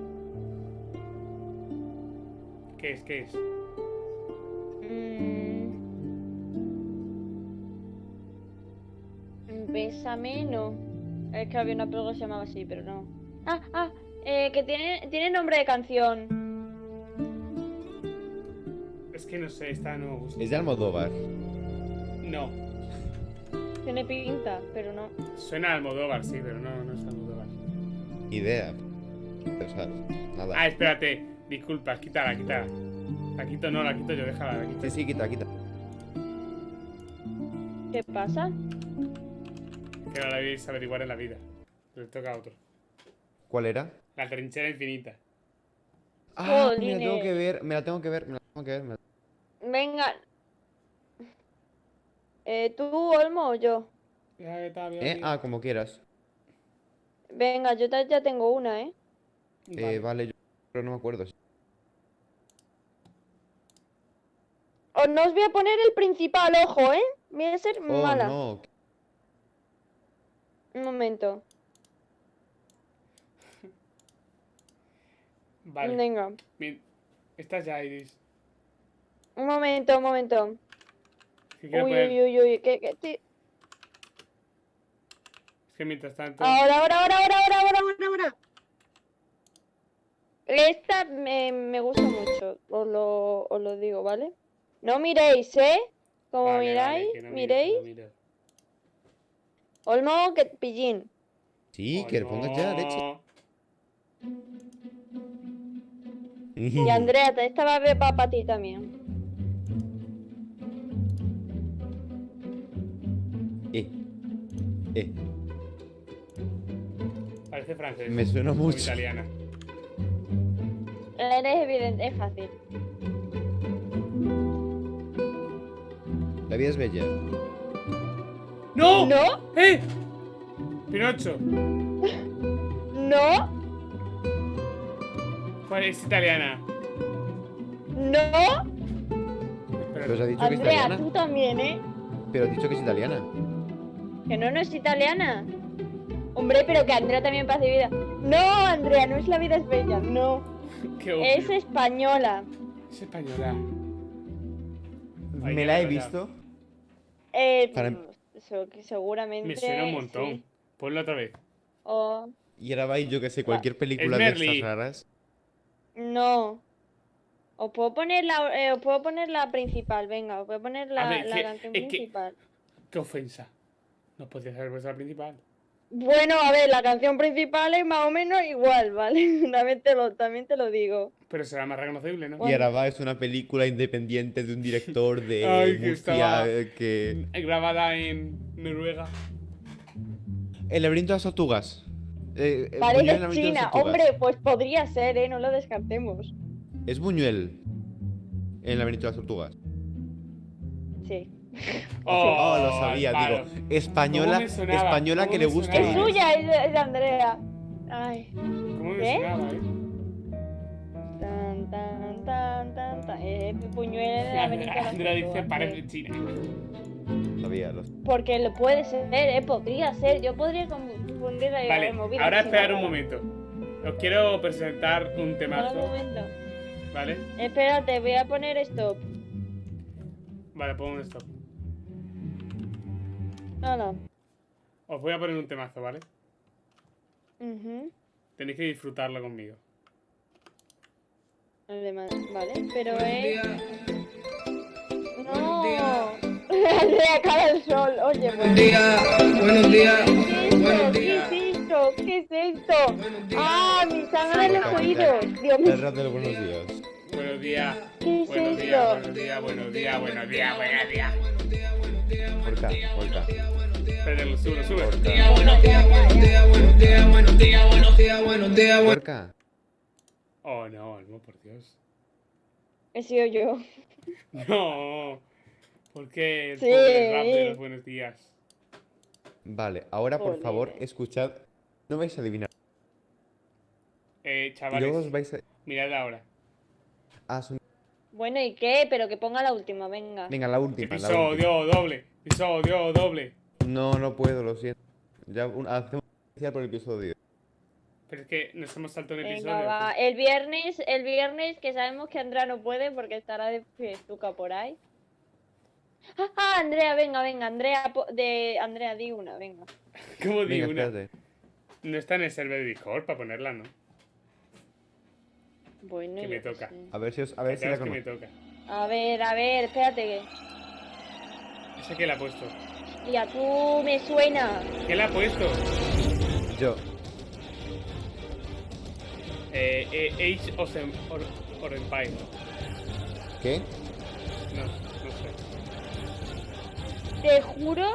S1: ¿Qué es, qué es?
S3: Mmm. Bésame, no. Es que había una película que se llamaba así, pero no. Ah, ah, eh, que tiene, tiene nombre de canción.
S1: Es que no sé, esta no me gusta.
S4: Es de Almodóvar.
S1: No,
S3: Tiene pinta, pero no.
S1: suena a Almodóvar, sí, pero no, no es Almodóvar.
S4: Idea. O sea, nada.
S1: Ah, espérate, disculpas, quítala, quítala. La quito, no, la quito yo, déjala, la quito.
S4: Sí, sí, quita, quita.
S3: ¿Qué pasa?
S1: Que no la vais a averiguar en la vida. Le toca a otro.
S4: ¿Cuál era?
S1: La trinchera infinita.
S3: Oh,
S4: Ah, me la
S3: Jolines.
S4: tengo que ver, me la tengo que ver, me la tengo que ver. me la-
S3: Venga. Eh, ¿Tú, Olmo o yo?
S1: Ya que está bien,
S4: Eh,
S1: bien.
S4: ah, como quieras.
S3: Venga, yo ta- ya tengo una, ¿eh?
S1: Vale.
S4: Eh, vale, yo pero no me acuerdo.
S3: Os Oh, no os voy a poner el principal, ojo, ¿eh? Voy a ser
S4: Oh,
S3: mala.
S4: no.
S3: Un momento.
S1: Vale.
S3: Venga.
S1: Bien. Estás ya, Iris.
S3: Un momento, un momento.
S1: Que
S3: Uy,
S1: quiero poner-
S3: uy, uy, uy. Que, que, te-
S1: Es que mientras tanto.
S3: Ahora, ahora, ahora, ahora, ahora, ahora, ahora, ahora. Esta me, me gusta mucho, os lo, os lo digo, ¿vale? No miréis, ¿eh? Como
S1: Vale, vale,
S3: miráis,
S1: que no miro,
S3: miréis.
S1: que no miro.
S3: Olmo, que pillín.
S4: Sí,
S1: Oh,
S4: que le pongas ya
S1: no.
S4: leche.
S3: Y
S1: [laughs]
S3: Andrea, te- esta va a ver para ti también.
S4: Eh, eh,
S1: Parece francés.
S4: me suena
S1: o
S4: mucho.
S1: italiana.
S3: Eres evidente, es fácil.
S4: La vida es bella.
S1: ¡No!
S3: ¿No?
S1: ¡Eh! Pinocho.
S3: ¿No?
S1: ¿Cuál es italiana?
S3: ¿No?
S4: Pero os ha
S1: Espera.
S4: dicho que es
S3: Andrea, tú
S4: italiana.
S3: también, ¿eh?
S4: Pero has dicho que es italiana.
S3: Que no, no es italiana. Hombre, pero que Andrea también pase vida. No, Andrea, no es la vida es bella, no.
S1: Qué obvio.
S3: Es española.
S1: Es española. Ay,
S4: Me
S1: ya,
S4: la he
S1: ya.
S4: visto.
S3: Eh,
S4: Para-
S3: se- que seguramente.
S1: em- Me suena un montón.
S3: sí.
S1: Ponlo otra vez.
S3: O-
S4: Y ahora va y yo que sé, cualquier película de
S1: Ah, Merlí.
S4: estas raras.
S3: no. Os puedo poner la, eh, os puedo poner la principal, venga, os voy a poner la,
S1: ver,
S3: la
S1: que-
S3: canción
S1: es que-
S3: principal.
S1: Qué ofensa. Nos podrías haber puesto la principal.
S3: Bueno, a ver, la canción principal es más o menos igual, ¿vale? [laughs] también, te lo, también te lo digo.
S1: Pero será más reconocible, ¿no?
S4: Y Araba es una película independiente de un director de
S1: [laughs] Ay, que
S4: Murcia
S1: estaba-
S4: eh, que...
S1: Grabada en Noruega.
S4: El laberinto de las tortugas. Eh, eh, Buñuel, el
S3: Parece
S4: laberinto de las
S3: China.
S4: tortugas.
S3: Hombre, pues podría ser, ¿eh? No lo descartemos.
S4: Es Buñuel. En el laberinto de las tortugas.
S3: Sí.
S4: Oh, lo sabía,
S1: Álvaro.
S4: digo. Española,
S1: ¿Cómo me sonaba?
S4: española
S1: ¿Cómo
S4: que
S1: me
S4: le gusta.
S1: sonaba?
S3: Es
S1: bien.
S3: suya, es de, es de Andrea. Ay.
S1: ¿Cómo me
S3: ¿Eh?
S1: sonaba, eh?
S3: Tan, tan, tan, tan, tan. Eh, puñuel en la avenida de las
S1: Andrea dice
S3: tortugas,
S1: parece
S3: sí.
S1: China.
S4: Sabía, lo-
S3: Porque lo puede ser, ¿eh? Podría ser. Yo podría confundir la
S1: Vale,
S3: la movida
S1: ahora
S3: china,
S1: esperar un
S3: ¿vale?
S1: momento. Os quiero presentar un
S3: Ahora un
S1: temazo,
S3: momento.
S1: ¿vale?
S3: Espérate, voy a poner stop.
S1: Vale, pongo un stop.
S3: No, no.
S1: Os voy a poner un temazo, ¿vale?
S3: Ujú.
S1: Tenéis que disfrutarlo conmigo.
S3: Vale, ma- Vale, pero es.
S7: Buen
S3: ¡No! [laughs] Andrea, cara el sol. Oye, pues.
S7: día, buenos días, buenos
S3: ¿Qué
S7: días,
S3: es esto? ¿Qué es esto? ¿Qué es
S7: buenos
S3: esto?
S7: días.
S3: ¡Ah, mi sangre en los oídos! Dios mío,
S4: El rap de los buenos días.
S1: Buenos días.
S3: ¿qué es
S1: Buenos días,
S3: esto?
S1: buenos días, buenos días, buenos días, buenos días.
S4: Porca, porca.
S1: Espérate, sube, sube.
S4: Porca.
S7: Buenos días, buenos días, buenos días, buenos días, buenos días, buenos días, buenos
S4: Porca.
S1: Oh, no, Olmo, por Dios.
S3: He sido yo.
S1: [laughs] No. ¿Por qué el
S3: Sí.
S1: pobre rap de los buenos días?
S4: Vale, ahora por
S3: Jolines.
S4: favor, escuchad. No vais a adivinar.
S1: Eh,
S4: Y luego os
S1: chavales,
S4: vais a.
S1: mirad ahora.
S4: Ah, son-
S3: Bueno, ¿y qué? Pero que ponga la última, venga.
S4: Venga, la última. la última.
S1: Episodio doble. Episodio doble.
S4: No, no puedo, lo siento. Ya un- hacemos un especial por el episodio.
S1: Pero es que nos hemos saltado un
S3: Venga,
S1: episodio.
S3: va. El viernes, el viernes, que sabemos que Andrea no puede porque estará de fiestuca por ahí. Ah, ah, Andrea, venga, venga, Andrea, po- de Andrea, di una, venga.
S1: [laughs] ¿Cómo
S4: Venga,
S1: digo una?
S4: espérate.
S1: No está en el server de Discord para ponerla, ¿no?
S3: Bueno,
S1: Que
S3: yo
S1: me
S3: qué
S1: toca.
S3: sé.
S4: A ver si os. A ver si la
S1: Sabes que me
S4: conozco.
S1: toca.
S3: A ver, a ver, espérate que.
S1: Esa que la ha puesto.
S3: Tía, tú me suena.
S1: ¿Qué la ha puesto?
S4: Yo.
S1: Eh, eh, Age of Em- or, or Empire.
S4: ¿Qué?
S1: No, no sé.
S3: Te juro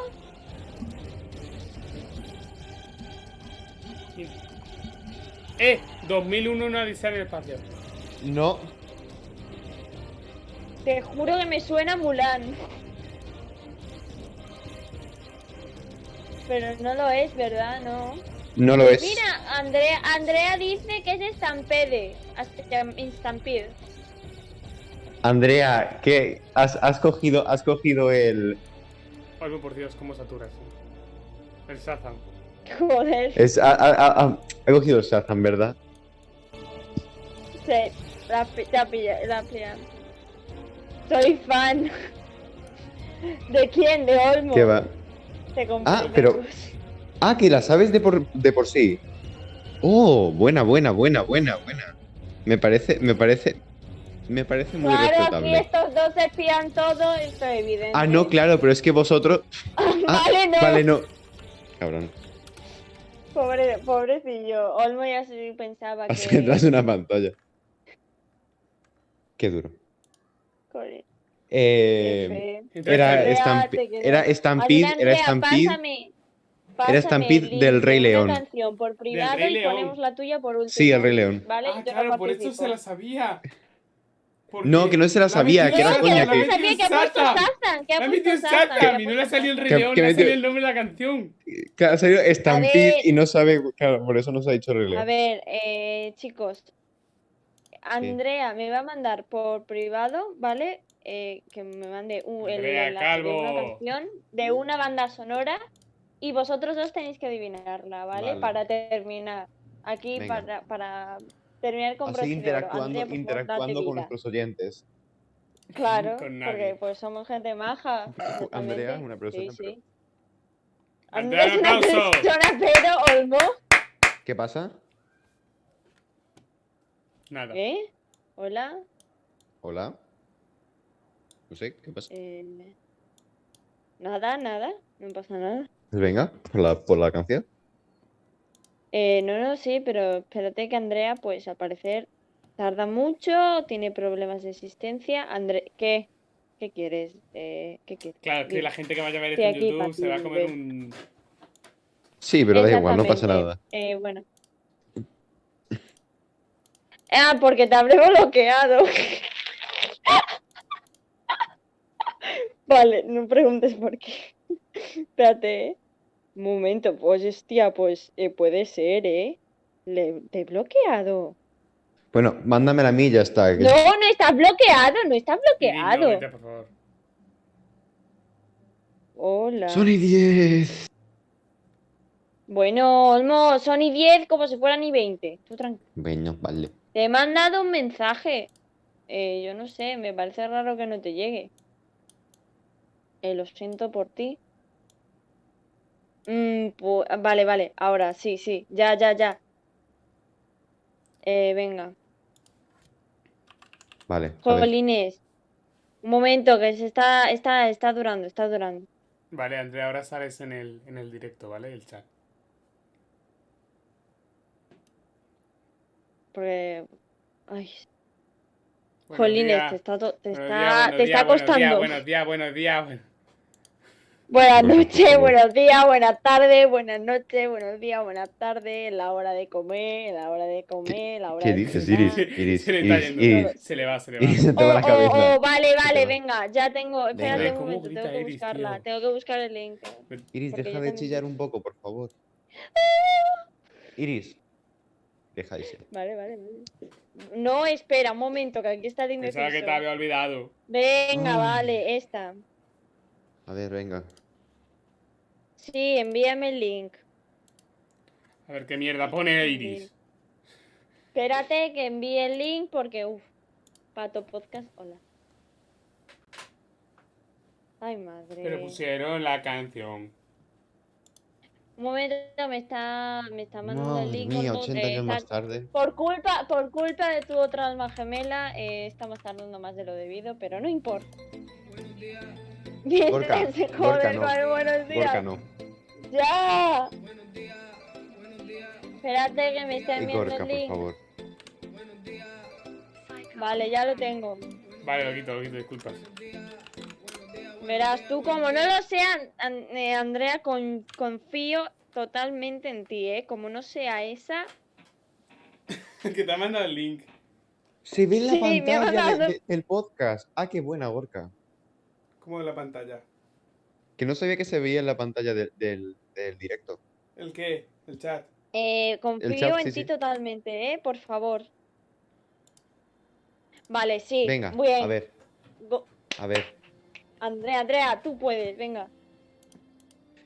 S1: Eh, 2001 una odisea en el espacio.
S4: No.
S3: Te juro que me suena Mulan. Pero no lo es, ¿verdad? No.
S4: No lo es.
S3: Mira, Andrea, Andrea dice que es Stampede. Ast- Stampede.
S4: Andrea, ¿qué? Has, has cogido, has cogido el.
S1: Algo por Dios, cómo saturas. El Shazam.
S3: [laughs] Joder.
S4: Es, ha, ha- ha- ha- ha cogido el Shazam, ¿verdad?
S3: Sí, la pi- la pilla- la pilla. Soy fan. [laughs] ¿De quién? De Olmo.
S4: ¿Qué va?
S3: Te
S4: Ah, pero- Ah, que la sabes de por, de por sí. Oh, buena, buena, buena, buena, buena. Me parece, me parece, me parece muy
S3: claro, aquí
S4: respetable.
S3: estos dos se espían todo, esto es evidente.
S4: Ah, no, claro, pero es que
S3: [laughs]
S4: vosotros. Ah,
S3: vale, no.
S4: Vale, no. Cabrón.
S3: Pobre, pobrecillo, Olmo ya sí pensaba
S4: [laughs] Así que
S3: que...
S4: entras en una pantalla. Qué duro.
S3: Corre-
S4: Eh,
S3: F.
S4: era,
S3: Andrea,
S4: Stamp-
S3: te quedas-
S4: era Stampede,
S3: Adelante,
S4: era
S3: Andrea,
S4: Stampede.
S3: pásame-
S4: era
S3: pásame
S4: Stampede
S3: el
S4: del
S3: link
S4: Rey
S3: de una
S4: León.
S3: canción por privado
S1: Rey
S3: y
S1: León.
S3: ponemos la tuya por último.
S4: Sí, el Rey León.
S3: Vale,
S1: ah,
S3: yo no
S1: claro, por eso
S3: participo.
S1: se la sabía. Porque
S4: No, que no se la
S1: ha
S4: sabía,
S1: metido
S4: que era
S3: No,
S1: Shazam,
S3: que
S1: la
S4: coña,
S3: no
S1: ha
S4: que-
S1: metido
S3: sabía que ha puesto
S1: Shazam.
S3: Sazan, que ha
S1: La ha
S3: puesto
S1: metido
S3: Shazam, que ha
S1: Shazam y no le ha
S3: puesto
S1: salido el Rey
S4: Que-
S1: León,
S4: que
S1: le ha
S4: metió-
S1: salido el nombre de la canción.
S4: Claro, ha salido Stampede
S3: ver.
S4: y no sabe. Claro, por eso nos ha dicho Rey
S3: A
S4: León.
S3: ver, eh, chicos, Andrea me va a mandar por privado, ¿vale? Eh, que me mande un, el
S1: Andrea
S3: enlace de una
S1: Calvo.
S3: canción de una banda sonora y vosotros dos tenéis que adivinarla, ¿vale?
S4: Vale.
S3: Para terminar. Aquí
S4: Venga.
S3: para, para terminar con
S4: Así
S3: broche de oro.
S4: interactuando,
S3: Andrea, por favor, date
S4: interactuando con
S3: vida.
S4: nuestros oyentes.
S3: Claro,
S1: Con nadie.
S3: porque pues somos gente maja.
S4: [laughs] Andrea es
S3: exactamente.
S4: una persona,
S3: Sí,
S4: pero-
S3: sí.
S1: Andrea,
S3: Andrea es una
S1: un aplauso.
S3: persona, pero Olmo,
S4: ¿Qué pasa?
S1: Nada.
S3: ¿eh? Hola.
S4: Hola. No sé, ¿qué pasa?
S3: Eh, nada, nada, no pasa nada.
S4: Pues venga, por la, por la canción.
S3: Eh, no, no, sí, pero espérate que Andrea, pues al parecer tarda mucho, tiene problemas de existencia. Andre ¿qué? ¿Qué quieres? Eh, ¿qué quieres?
S1: Claro, que
S3: Dime.
S1: la gente que vaya a ver esto
S3: Sí,
S1: en
S3: aquí,
S1: YouTube se va a
S3: papi,
S1: comer
S3: ve.
S1: un.
S4: Sí, pero da igual, no pasa
S3: Exactamente.
S4: nada.
S3: Eh, bueno. Ah, porque te habré bloqueado. vale, no preguntes por qué. Espérate. ¿eh? Un momento, pues hostia, pues eh, puede ser, ¿eh? Le, te he bloqueado.
S4: Bueno, mándamela a mí y ya está. que-
S3: No, no estás bloqueado, no estás
S1: Niño,
S3: bloqueado.
S1: vete, por favor.
S3: Hola.
S4: Sony 10.
S3: Bueno, Olmo, son y 10 como si fueran y 20. Tú tranquilo.
S4: Bueno, vale.
S3: Te he mandado un mensaje. Eh, yo no sé, me parece raro que no te llegue. Eh, lo siento por ti. Mm, pu- vale, vale, ahora sí, sí, ya, ya, ya. Eh, venga.
S4: Vale. a ver.
S3: Jolines. Un momento, que se está, está, está durando, está durando.
S1: Vale, Andrea, ahora sales en el, en el directo, ¿vale? El chat.
S3: Porque. Ay,
S1: Buenos
S3: jolines,
S1: días,
S3: te está, to- te
S1: buenos
S3: está,
S1: días,
S3: te
S1: buenos
S3: está
S1: días,
S3: costando.
S1: Buenos días, buenos días, buenos
S3: [laughs]
S1: días.
S3: Buenas
S4: Bueno,
S3: noches,
S4: bueno.
S3: buenos días, buenas tardes, buenas noches, buenos días, buenas tardes, la hora de comer, la hora de comer, la hora
S4: ¿Qué
S3: de
S4: dices,
S3: cenar.
S4: Iris?
S1: bueno.
S4: Iris,
S1: se le está
S4: Iris,
S1: yendo.
S4: Iris.
S1: Se le va, se le va.
S4: Iris, se te va la
S3: Oh, oh,
S4: cabeza.
S3: oh, vale, vale,
S4: va.
S3: venga, ya tengo, espérate
S4: Venga.
S3: un
S1: ¿Cómo
S3: momento,
S1: grita
S3: tengo que
S1: Iris,
S3: buscarla,
S1: tío?
S3: tengo que buscar el link.
S4: Iris,
S3: Porque
S4: deja
S3: yo
S4: de
S3: también
S4: chillar
S3: soy-
S4: un poco, por favor. Iris. Deja de ser.
S3: Vale, vale, vale. No, espera, un momento, que aquí está el
S1: Pensaba que
S3: indefenso.
S1: te había olvidado.
S3: Venga,
S4: Ay.
S3: vale, esta.
S4: A ver, venga.
S3: Sí, envíame el link.
S1: A ver qué mierda pone Iris.
S3: Espérate que envíe el link porque, uff, Pato Podcast, hola. Ay, madre.
S1: Pero pues, pusieron la canción.
S3: Un momento, me está, me está mandando el
S4: Madre
S3: link.
S4: mía,
S3: gordo,
S4: 80
S3: eh,
S4: años
S3: está-
S4: más tarde.
S3: Por culpa, por culpa de tu otra alma gemela, eh, estamos tardando más de lo debido, pero no importa. [laughs]
S4: Gorka,
S3: Mientras se
S4: Gorka
S3: joder
S4: no.
S3: con el buenos días.
S4: Gorka no.
S3: ¡Ya! Espérate que me está
S4: Y
S3: enviando
S4: Gorka,
S3: el
S4: por
S3: link.
S4: favor.
S3: Vale, ya lo tengo.
S1: Vale, lo quito, lo quito, disculpas.
S3: Verás, tú como no lo sea, An- eh, Andrea, con- confío totalmente en ti, ¿eh? Como no sea esa,
S1: [laughs] que te ha mandado el link.
S4: Se ve en la
S3: Sí, me ha
S4: pantalla de-
S3: mandado.
S4: de- del podcast. Ah, qué buena, Gorka.
S1: ¿Cómo en la pantalla?
S4: Que no sabía que se veía en la pantalla del- del- del directo.
S1: ¿El qué? El chat.
S3: Eh, confío
S4: chat,
S3: en
S4: sí,
S3: ti
S4: sí.
S3: totalmente, ¿eh? Por favor. Vale, sí.
S4: Venga,
S3: bien.
S4: a ver,
S3: Go-
S4: a ver.
S3: Andrea, Andrea, tú puedes, venga.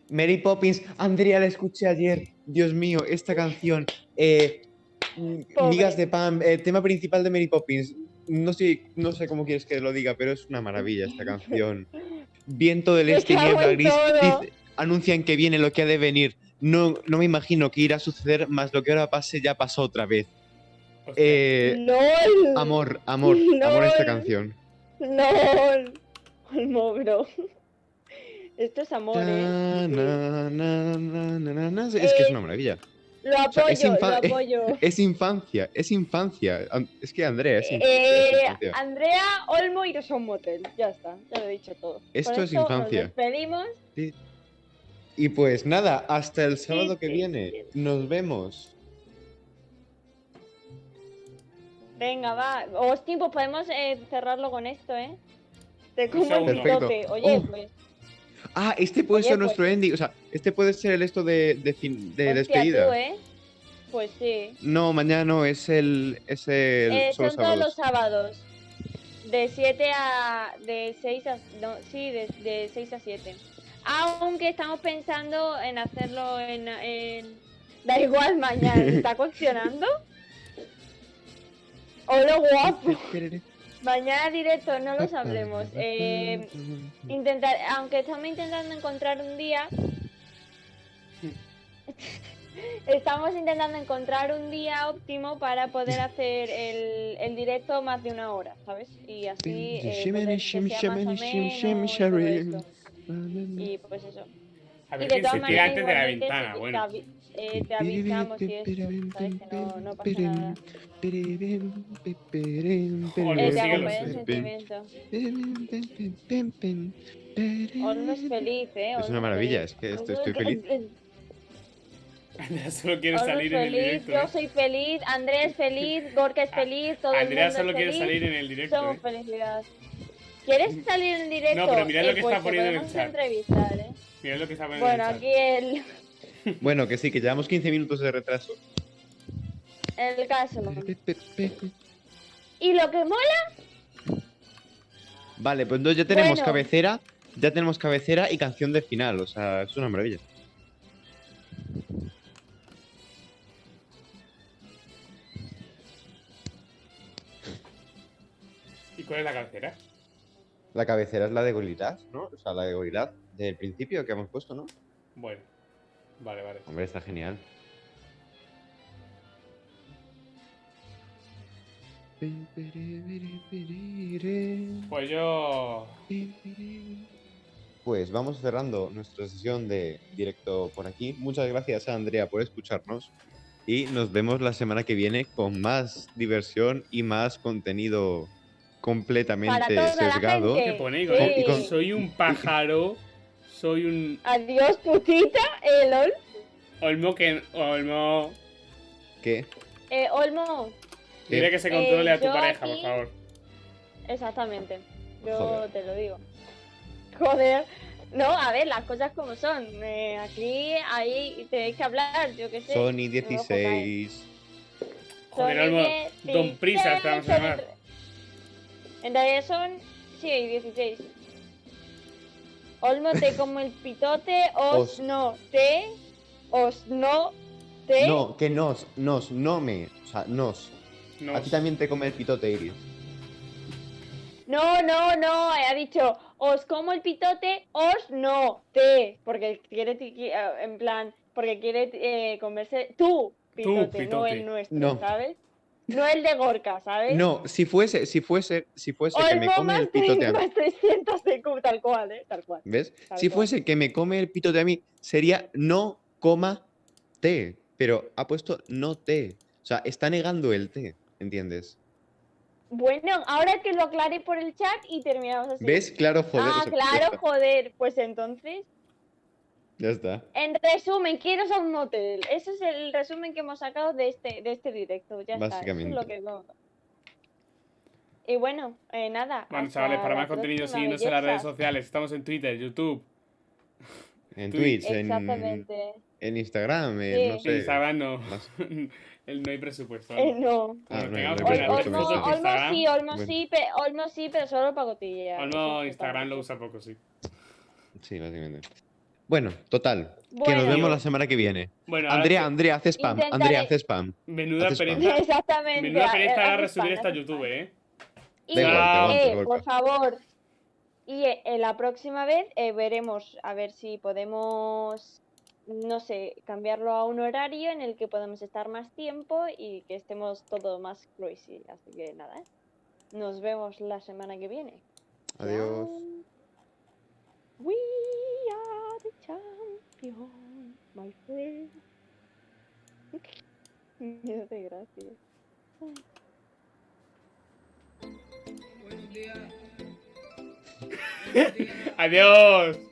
S4: Mary Poppins, Andrea la escuché ayer. Dios mío, esta canción. eh, m-
S3: Pobre.
S4: migas de pan, eh, tema principal de Mary Poppins. No sé, no sé cómo quieres que lo diga, pero es una maravilla esta canción. Viento del
S3: Me
S4: este,
S3: cago
S4: niebla
S3: en
S4: gris.
S3: todo.
S4: dice- anuncian que viene lo que ha de venir. No, no me imagino que irá a suceder, más lo que ahora pase ya pasó otra vez.
S1: Hostia.
S4: Eh,
S3: ¡Lol!
S4: amor,
S3: [laughs]
S4: amor, amor a esta
S3: Lol.
S4: canción.
S3: ¡Lol! [laughs] Olmo, bro. Esto es amor, ¿eh?
S4: Ta- na- na- na- na- na- na- Es que es
S3: Eh,
S4: una maravilla.
S3: Lo
S4: sea,
S3: apoyo,
S4: es
S3: lo
S4: infa- [laughs]
S3: apoyo.
S4: Es infancia, es infancia. An- Es que Andrea, es infancia. es
S3: Eh,
S4: infancia.
S3: Andrea, Olmo y un Motel. Ya está, ya lo he dicho todo. Con
S4: Esto es
S3: nos
S4: infancia.
S3: despedimos.
S4: Y pues nada, hasta el sábado que
S3: sí,
S4: viene. Nos vemos.
S3: Venga, va. Hostia, pues podemos eh, cerrarlo con esto, ¿eh? Te como
S1: segundo.
S3: el bigote.
S4: Perfecto.
S3: Oye,
S4: Oh.
S3: pues.
S4: Ah, este puede
S3: Oye,
S4: ser
S3: pues-
S4: nuestro ending. O sea, este puede ser el esto de, de fin- de
S3: hostia,
S4: despedida.
S3: tú, ¿eh? Pues sí.
S4: No, mañana no, es el. Es el.
S3: Eh,
S4: solo
S3: son todos los
S4: sábados.
S3: sábados. De 7 a. De 6 a. No, sí, de, de 6 a 7. Aunque estamos pensando en hacerlo en. en- da igual mañana.
S4: [laughs]
S3: ¿se ¿Está cuestionando? ¡Hola, guapo!
S4: [laughs]
S3: Mañana directo, no lo sabremos. Eh, intentar, aunque estamos intentando encontrar un día. Estamos intentando encontrar un día óptimo para poder hacer el, el directo más de una hora, ¿sabes? Y así eh, poder que sea más ameno y todo eso. Y pues eso.
S1: a
S3: Y
S1: ver quién
S3: de todas
S1: se tira
S3: maneras,
S1: antes de la
S3: igualmente,
S1: ventana.
S3: si-
S1: Bueno,
S3: Davi- eh, te avisamos y eso, ¿sabes? Que no, no pasa nada. Eh, te
S1: sí,
S3: acompaña
S1: lo
S3: el sentimiento. Orno es feliz, ¿eh?
S4: Es
S3: Orno
S4: una maravilla,
S3: feliz.
S4: es que estoy,
S3: Orno
S4: estoy
S3: es-
S4: feliz.
S1: [laughs] Andrea solo quiere
S3: Orno es
S1: salir en el
S3: feliz,
S1: directo.
S3: yo
S1: eh.
S3: soy feliz, Andrés es feliz, Gorka es
S1: A-
S3: feliz, todo el
S1: Andrea
S3: mundo
S1: solo
S3: es
S1: quiere
S3: feliz.
S1: salir en el directo.
S3: Somos
S1: eh. Mm.
S3: felicidad. ¿Quieres salir en directo?
S1: pero mirad lo que
S3: pues
S1: está
S3: te
S1: poniendo en el
S3: podemos
S1: chat.
S3: entrevistar, ¿eh?
S1: Mirad lo que está poniendo
S3: Bueno,
S1: en el
S3: aquí el,
S4: Bueno, que sí, que llevamos 15 minutos de retraso.
S3: el caso. Y lo que mola,
S4: Vale, pues entonces ya tenemos
S3: Bueno.
S4: cabecera, ya tenemos cabecera y canción de final, o sea, es una maravilla.
S1: ¿Y cuál es la cabecera?
S4: La cabecera es la de Gorilaz, ¿no? O sea, la de Gorilaz del principio que hemos puesto, ¿no?
S1: Bueno. Vale, vale.
S4: Hombre, está genial.
S1: Pues yo.
S4: Pues vamos cerrando nuestra sesión de directo por aquí. Muchas gracias a Andrea por escucharnos y nos vemos la semana que viene con más diversión y más contenido
S3: Para
S4: completamente
S3: toda la
S4: sesgado.
S1: ¿Qué
S3: gente.
S1: pone?
S3: Sí.
S1: Goyo?
S4: Y con-
S1: Soy un pájaro. Soy un.
S3: adiós putita, eh, lol.
S1: Olmo que. Olmo.
S4: ¿Qué?
S3: Eh, Olmo,
S4: ¿Qué?
S1: Dile que se controle
S3: Eh,
S1: a tu
S3: yo
S1: pareja,
S3: aquí-
S1: por favor.
S3: exactamente. Yo
S4: Joder.
S3: te lo digo. Joder. No, a ver, las cosas como son. Eh, aquí, ahí tenéis que hablar, yo qué sé.
S4: Sony
S3: luego cae.
S4: 16.
S1: Joder,
S3: Sony
S1: Olmo.
S3: que-
S1: Don Prisa, te vamos a llamar.
S3: En realidad son, sí, 16. Olmo te como el pitote, os,
S4: Os.
S3: no te, os no te.
S4: No, que nos, nos, no me. O sea, nos.
S1: No.
S4: A ti también te come el pitote, Iris.
S3: No, no, no, eh, ha dicho, os como el pitote, os no, te, porque quiere, ti- qui- eh, en plan, porque quiere eh, comerse tú, pitote, no
S1: pitote.
S3: el nuestro,
S4: No.
S3: ¿sabes? No el de Gorka, ¿sabes?
S4: No, si fuese, si fuese, si fuese que me
S3: ¿Eh? Olmo
S4: come
S3: más
S4: el pitote a mí.
S3: [laughs] más 300 de cu- tal cual, ¿eh? Tal cual.
S4: ¿Ves?
S3: Tal
S4: Si
S3: cual.
S4: fuese que me come el pitote a mí, sería no coma té. Pero ha puesto no té. O sea, está negando el té, ¿entiendes?
S3: Bueno, ahora que lo aclaré por el chat y terminamos así.
S4: ¿Ves? Claro, joder.
S3: ah,
S4: eso-
S3: claro, joder. Pues entonces,
S4: Ya está.
S3: en resumen, quiero a un hotel. Ese es el resumen que hemos sacado de este, de este directo. Ya
S4: Básicamente.
S3: está. eso es lo que no- Y bueno, eh, nada.
S1: Bueno,
S3: hasta
S1: chavales, para
S3: la
S1: más contenido,
S3: próxima,
S1: síguenos en las redes
S3: bellezas.
S1: sociales. Estamos en Twitter, YouTube,
S4: En
S1: Twitch.
S4: Twitch, en,
S3: Exactamente.
S4: en Instagram, en
S3: Sí.
S4: no
S3: En
S4: sé.
S1: Instagram no.
S4: más-
S1: [laughs] El no hay presupuesto.
S3: Eh, no.
S4: Ah,
S1: Bueno,
S4: no,
S1: tengamos
S4: no
S1: que
S4: hay
S3: Ol-
S1: ver
S4: presupuesto,
S1: fotos de
S3: Olmo,
S4: no sé.
S3: Olmo
S1: Instagram.
S3: sí, Olmo
S4: Bueno.
S3: sí, pe- Olmo sí, pero solo para cotillar.
S1: Olmo Instagram lo usa poco, sí.
S4: Sí, básicamente. Bueno, total. Que
S3: Bueno.
S4: nos vemos la semana que viene.
S1: Bueno, ahora
S4: Andrea,
S1: sí,
S4: Andrea, haz spam.
S3: Intentaré-
S4: Andrea, haz spam.
S1: menuda
S4: haces
S1: pereza.
S3: [laughs] [laughs] Exactamente.
S1: Menuda
S3: eh,
S1: pereza ahora
S3: haz spam,
S1: resubir esto a
S3: haz spam.
S1: YouTube, eh.
S3: Y,
S4: Da igual, te aguanto,
S3: eh,
S4: Gorka.
S3: por favor, y eh, eh, la próxima vez eh, veremos a ver si podemos, no sé, cambiarlo a un horario en el que podamos estar más tiempo y que estemos todo más crazy. Así que nada, nos vemos la semana que viene.
S4: Adiós.
S3: Chao. We are the champions, my friend. [laughs] Me hace gracia.
S8: Buenos días.
S1: Adiós.